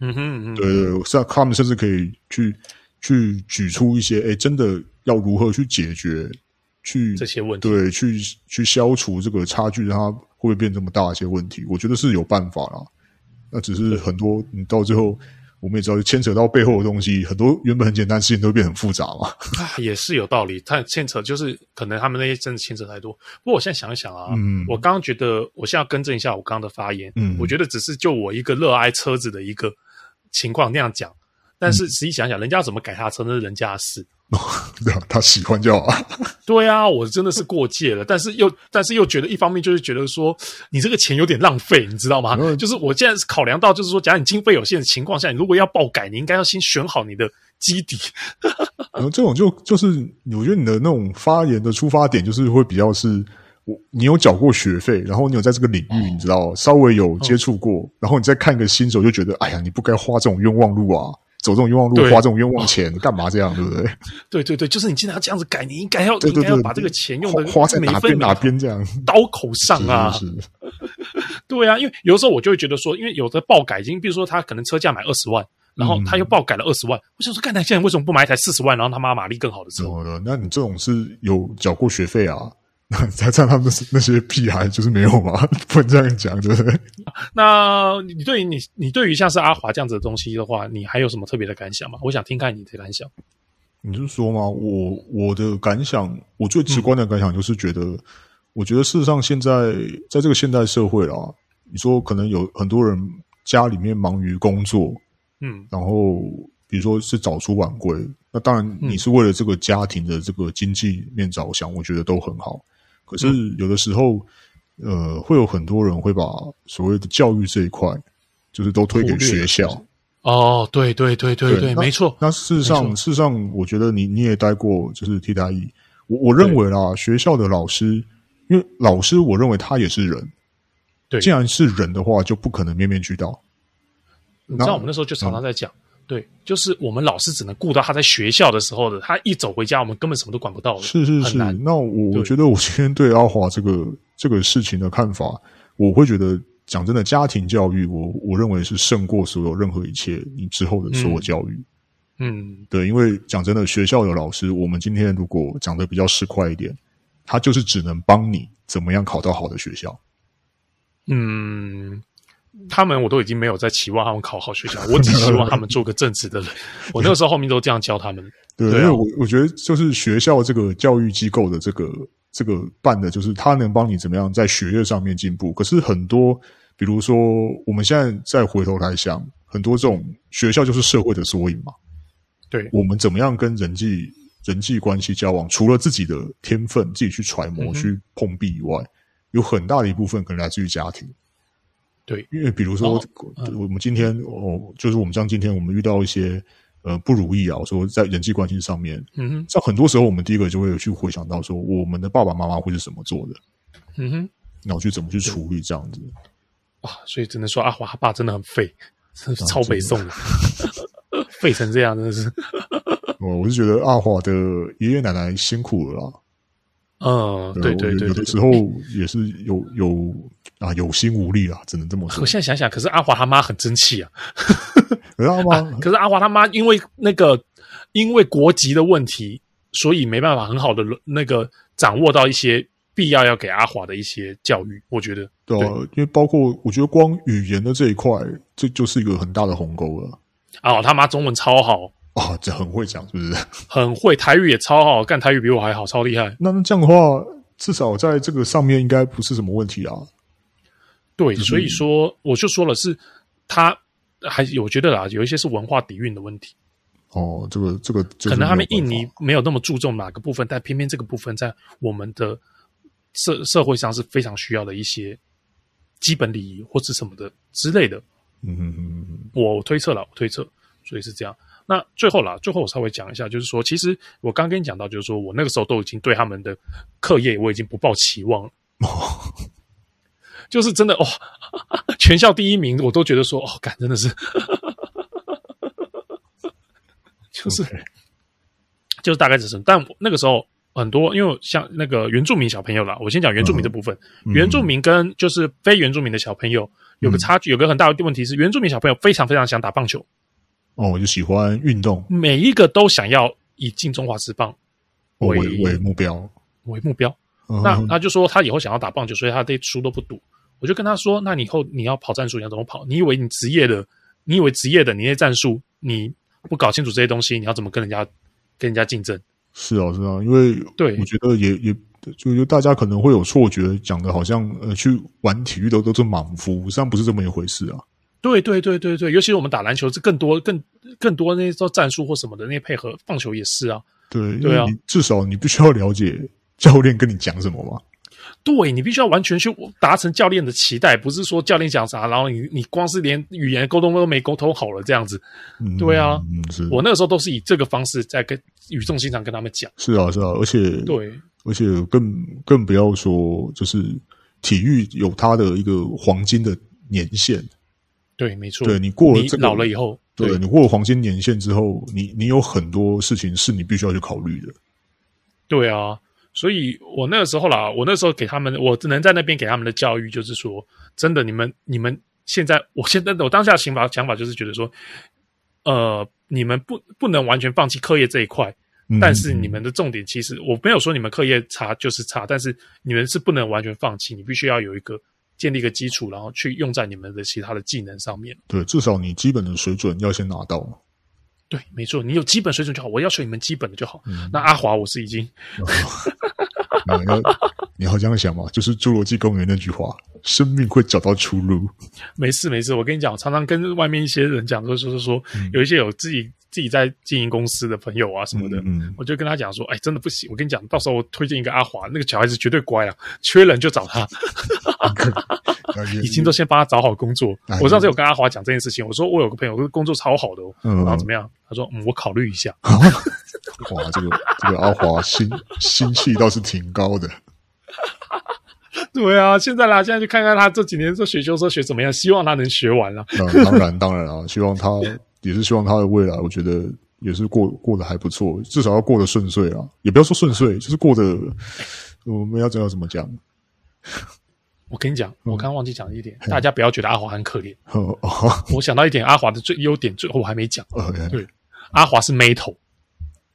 A: 嗯哼嗯哼，
B: 对对对，是他们甚至可以去去举出一些，哎，真的要如何去解决，去
A: 这些问题。
B: 对去去消除这个差距，让它会不会变这么大一些问题？我觉得是有办法啦。那只
A: 嗯
B: 是很多你到最后，我们也知道牵扯到背后的东西，很多原本很简单的事情都会变得很复杂嘛。
A: 啊，也是有道理。他牵扯就是可能他们那些真的牵扯太多。不过我现在想一想啊，
B: 嗯
A: 我刚刚觉得我现在要更正一下我刚刚的发言，
B: 嗯
A: 我觉得只是就我一个热爱车子的一个情况那样讲。但是实际想想，人家要怎么改他的车那是人家的事。
B: 对 啊，他喜欢就 好啊。
A: 对啊，我真的是过界了，但是又但是又觉得一方面就是觉得说你这个钱有点浪费，你知道吗？
B: 嗯
A: 就是我现在是考量到，就是说，假如你经费有限的情况下，你如果要爆改，你应该要先选好你的基底。
B: 然后呃这种就就是，我觉得你的那种发言的出发点就是会比较是，我你有缴过学费，然后你有在这个领域，
A: 嗯
B: 你知道稍微有接触过，然后你再看个新手就觉得，哎呀，你不该花这种冤枉路啊，走这种冤枉路，
A: 对
B: 花这种冤枉 钱，干嘛这样，对不对？
A: 对对对，就是你既然要这样子改，你应该要
B: 对
A: 应
B: 对
A: 该要
B: 对，
A: 把这个钱用的
B: 花花在
A: 每
B: 哪
A: 分
B: 边
A: 每
B: 哪边这样，
A: 刀口上啊，
B: 是是是，
A: 对啊，因为有的时候我就会觉得说，因为有的爆改已经，比如说他可能车价买二十万，然后
B: 嗯
A: 他又爆改了二十万，我想说，干他现在为什么不买一台四十万，然后他妈马力更好的车？
B: 怎么了？那你这种是有缴过学费啊？ 那你再看他们那些屁孩，就是没有嘛， 不能这样讲，对不对？
A: 那你对于你你对于像是阿华这样子的东西的话，你还有什么特别的感想吗？我想听看你的感想。
B: 你是说吗？我我的感想，我最直观的感想就是觉得，我觉得事实上现在在这个现代社会啦，你说可能有很多人家里面忙于工作，
A: 嗯
B: 然后比如说是早出晚归，那当然
A: 嗯
B: 你是为了这个家庭的这个经济面着想，我觉得都很好。可是
A: 嗯
B: 有的时候，呃，会有很多人会把所谓的教育这一块，就是都推
A: 忽
B: 给
A: 略了
B: 学校。
A: 哦，对对对对对，
B: 那
A: 没错，
B: 那事实
A: 没
B: 上，
A: 错
B: 事实上，我觉得你你也待过，就是替代役。我我认为啦，学校的老师，因为老师，我认为他也是人。
A: 对
B: 既然是人的话，就不可能面面俱到。
A: 你知道
B: 那
A: 我们那时候就常常在讲，对，就是我们老师只能顾到他在学校的时候的，他一走回家，我们根本什么都管不到了。
B: 是是
A: 哦很
B: 是
A: 难，
B: 那我
A: 对
B: 我觉得我今天对阿华这个这个事情的看法，我会觉得讲真的，家庭教育我我认为是胜过所有任何一切你之后的所有教育。
A: 嗯，
B: 对，因为讲真的，学校有老师，我们今天如果讲的比较市侩一点，他就是只能帮你怎么样考到好的学校。
A: 嗯，他们我都已经没有在期望他们考好学校，我只希望他们做个正直 的人。我那个时候后面都这样教他们。
B: 对，
A: 对啊
B: 因为我我觉得就是学校这个教育机构的这个这个办的，就是它能帮你怎么样在学业上面进步。可是很多，比如说我们现在再回头来想，很多这种学校就是社会的缩影嘛。
A: 对
B: 我们怎么样跟人际人际关系交往，除了自己的天分、自己去揣摩、
A: 嗯哼
B: 去碰壁以外，有很大的一部分可能来自于家庭。
A: 对，
B: 因为比如说
A: 哦，
B: 对我们今天哦，就是我们像今天我们遇到一些呃不如意啊，说在人际关系上面，
A: 嗯哼，
B: 像很多时候我们第一个就会去回想到说，我们的爸爸妈妈会是怎么做的，
A: 嗯哼，
B: 然后去怎么去处理这样子。
A: 哇，所以只能说阿华他爸真的很废，
B: 啊
A: 真是超北宋的， 废成这样真的是。
B: 哦我我是觉得阿华的爷爷奶奶辛苦了啦，
A: 嗯，对对
B: 我
A: 对哎
B: 有
A: 对
B: 的
A: 对
B: 时候也是有有啊有心无力啊，只能这么说
A: 我。现在想想，可是阿华他妈很争气啊！
B: 知道吗？
A: 可是阿华他妈因为那个因为国籍的问题，所以没办法很好的那个掌握到一些必要要给阿华的一些教育。我觉得，
B: 对啊，因为包括我觉得光语言的这一块，这就是一个很大的鸿沟了
A: 啊，他妈中文超好，
B: 啊！这很会讲，是 不是？
A: 很会台语也超好，干台语比我还好，超厉害。
B: 那那这样的话，至少在这个上面应该不是什么问题啊。
A: 对，
B: 是
A: 所以说我就说了是，他还有我觉得啦，有一些是文化底蕴的问题，
B: 哦，这个这个就是
A: 可能他们
B: 没有
A: 印
B: 办法
A: 尼没有那么注重哪个部分，但偏偏这个部分在我们的社社会上是非常需要的一些基本礼仪或是什么的之类的。
B: 嗯嗯嗯嗯
A: 我推测了，我推测，所以是这样。那最后啦，最后我稍微讲一下，就是说，其实我刚跟你讲到，就是说我那个时候都已经对他们的课业我已经不抱期望了，就是真的哦， 全校第一名，我都觉得说哦，感真的是， 就是就是大概只是，但我那个时候很多，因为我像那个原住民小朋友啦，我先讲原住民的部分，
B: 嗯
A: 原住民跟就是非原住民的小朋友有个差距，有个很大的问题是，原住民小朋友非常非常想打棒球，
B: 哦，我就喜欢运动
A: 每一个都想要以进中华职棒
B: 哦为
A: 为
B: 为目标。
A: 为目标。
B: 嗯
A: 那他就说他以后想要打棒球，所以他对书都不读。我就跟他说，那你以后你要跑战术，你要怎么跑？你以为你职业的，你以为职业的你那些战术，你不搞清楚这些东西，你要怎么跟人家跟人家竞争？
B: 是啊是啊，因为
A: 对
B: 我觉得也也就就大家可能会有错觉，讲的好像呃去玩体育的都是莽夫，实际上不是这么一回事啊。
A: 对对对对对，尤其是我们打篮球是更多更更多那些做战术或什么的那些配合，棒球也是啊。
B: 对，因
A: 对啊
B: 为你至少你必须要了解教练跟你讲什么嘛。
A: 对你必须要完全去达成教练的期待，不是说教练讲啥，然后你你光是连语言沟通都没沟通好了这样子。
B: 嗯、
A: 对啊
B: 嗯，是
A: 我那个时候都是以这个方式在跟语重心长跟他们讲。
B: 是啊是啊，而且
A: 对，
B: 而且更更不要说就是体育有它的一个黄金的年限，
A: 对，没错。
B: 对你过了
A: 你
B: 这个
A: 老了以后，
B: 对你过了黄金年限之后，你你有很多事情是你必须要去考虑的。
A: 对啊，所以我那个时候啦，我那时候给他们，我只能在那边给他们的教育就是说，真的，你们你们现在，我现在我当下的想法想法就是觉得说，呃，你们不不能完全放弃课业这一块，
B: 嗯
A: 但是你们的重点其实我没有说你们课业差就是差，但是你们是不能完全放弃，你必须要有一个建立一个基础，然后去用在你们的其他的技能上面。
B: 嗯对，至少你基本的水准要先拿到。
A: 对，没错，你有基本水准就好，我要求你们基本的就好。
B: 嗯
A: 那阿华，我是已经
B: 你要你要这样想嘛，就是《侏罗纪公园》那句话：“生命会找到出路。
A: 没事没事，我跟你讲，我常常跟外面一些人讲，说说说说，
B: 嗯
A: 有一些有自己自己在经营公司的朋友啊什么的，
B: 嗯嗯
A: 我就跟他讲说，哎，真的不行，我跟你讲，到时候我推荐一个阿华，那个小孩子绝对乖啊，缺人就找 他，
B: 啊”也
A: 已经都先帮他找好工作。
B: 哎
A: 我上次有跟阿华讲这件事情，我说我有个朋友，工作超好的、哦，
B: 嗯
A: 然后怎么样？他说，嗯，我考虑一下。
B: 哇，这个这个阿华心心气倒是挺高的。
A: 对啊，现在啦，现在就看看他这几年这学修车学怎么样，希望他能学完啦。
B: 那当然当然啊，希望他也是希望他的未来，我觉得也是过过得还不错，至少要过得顺遂啊，也不要说顺遂，就是过得我们要知道怎么讲。
A: 我跟你讲，
B: 嗯
A: 我刚刚忘记讲一点，大家不要觉得阿华很可怜。
B: 哦哦，
A: 我想到一点，阿华的最优点，最后我还没讲。
B: 呃，
A: 对，阿华是 metal，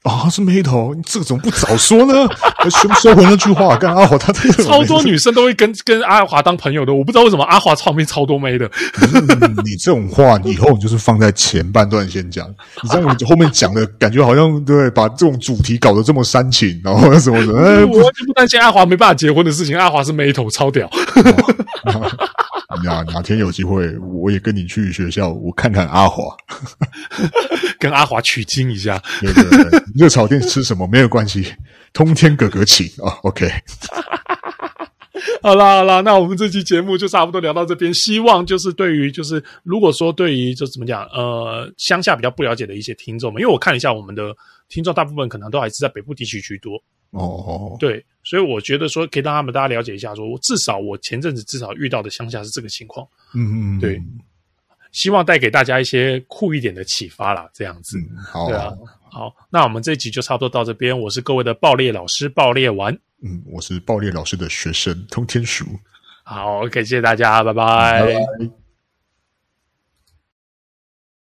B: 啊、是妹头，你这个怎么不早说呢？还收收回那句话，干阿火他 太
A: 超多女生都会跟 跟阿华当朋友的。我不知道为什么阿华旁边超多妹的，
B: 嗯你这种话以后你就是放在前半段先讲，你这样后面讲的感觉好像对，把这种主题搞得这么煽情，然后什么的，
A: 我
B: 哎，不
A: 完全不担心阿华没办法结婚的事情。阿华是 metal，超屌。
B: 哪哪天有机会，我也跟你去学校，我看看阿华，
A: 跟阿华取经一下。
B: 对对对，热炒店吃什么没有关系，通天哥哥请啊，OK，
A: 好啦好啦，那我们这期节目就差不多聊到这边。希望就是对于就是如果说对于就怎么讲呃乡下比较不了解的一些听众们，因为我看了一下我们的听众大部分可能都还是在北部地区居多，
B: 哦哦，
A: 对，所以我觉得说可以让他们大家了解一下说，我至少我前阵子至少遇到的乡下是这个情况，
B: 嗯嗯，嗯
A: 对，希望带给大家一些酷一点的启发啦，这样子。
B: 嗯，好
A: 对啊，好，那我们这一集就差不多到这边。我是各位的爆裂老师爆裂丸，
B: 嗯，我是爆裂老师的学生，通天鼠。
A: 好，感谢大家，拜拜
B: 拜拜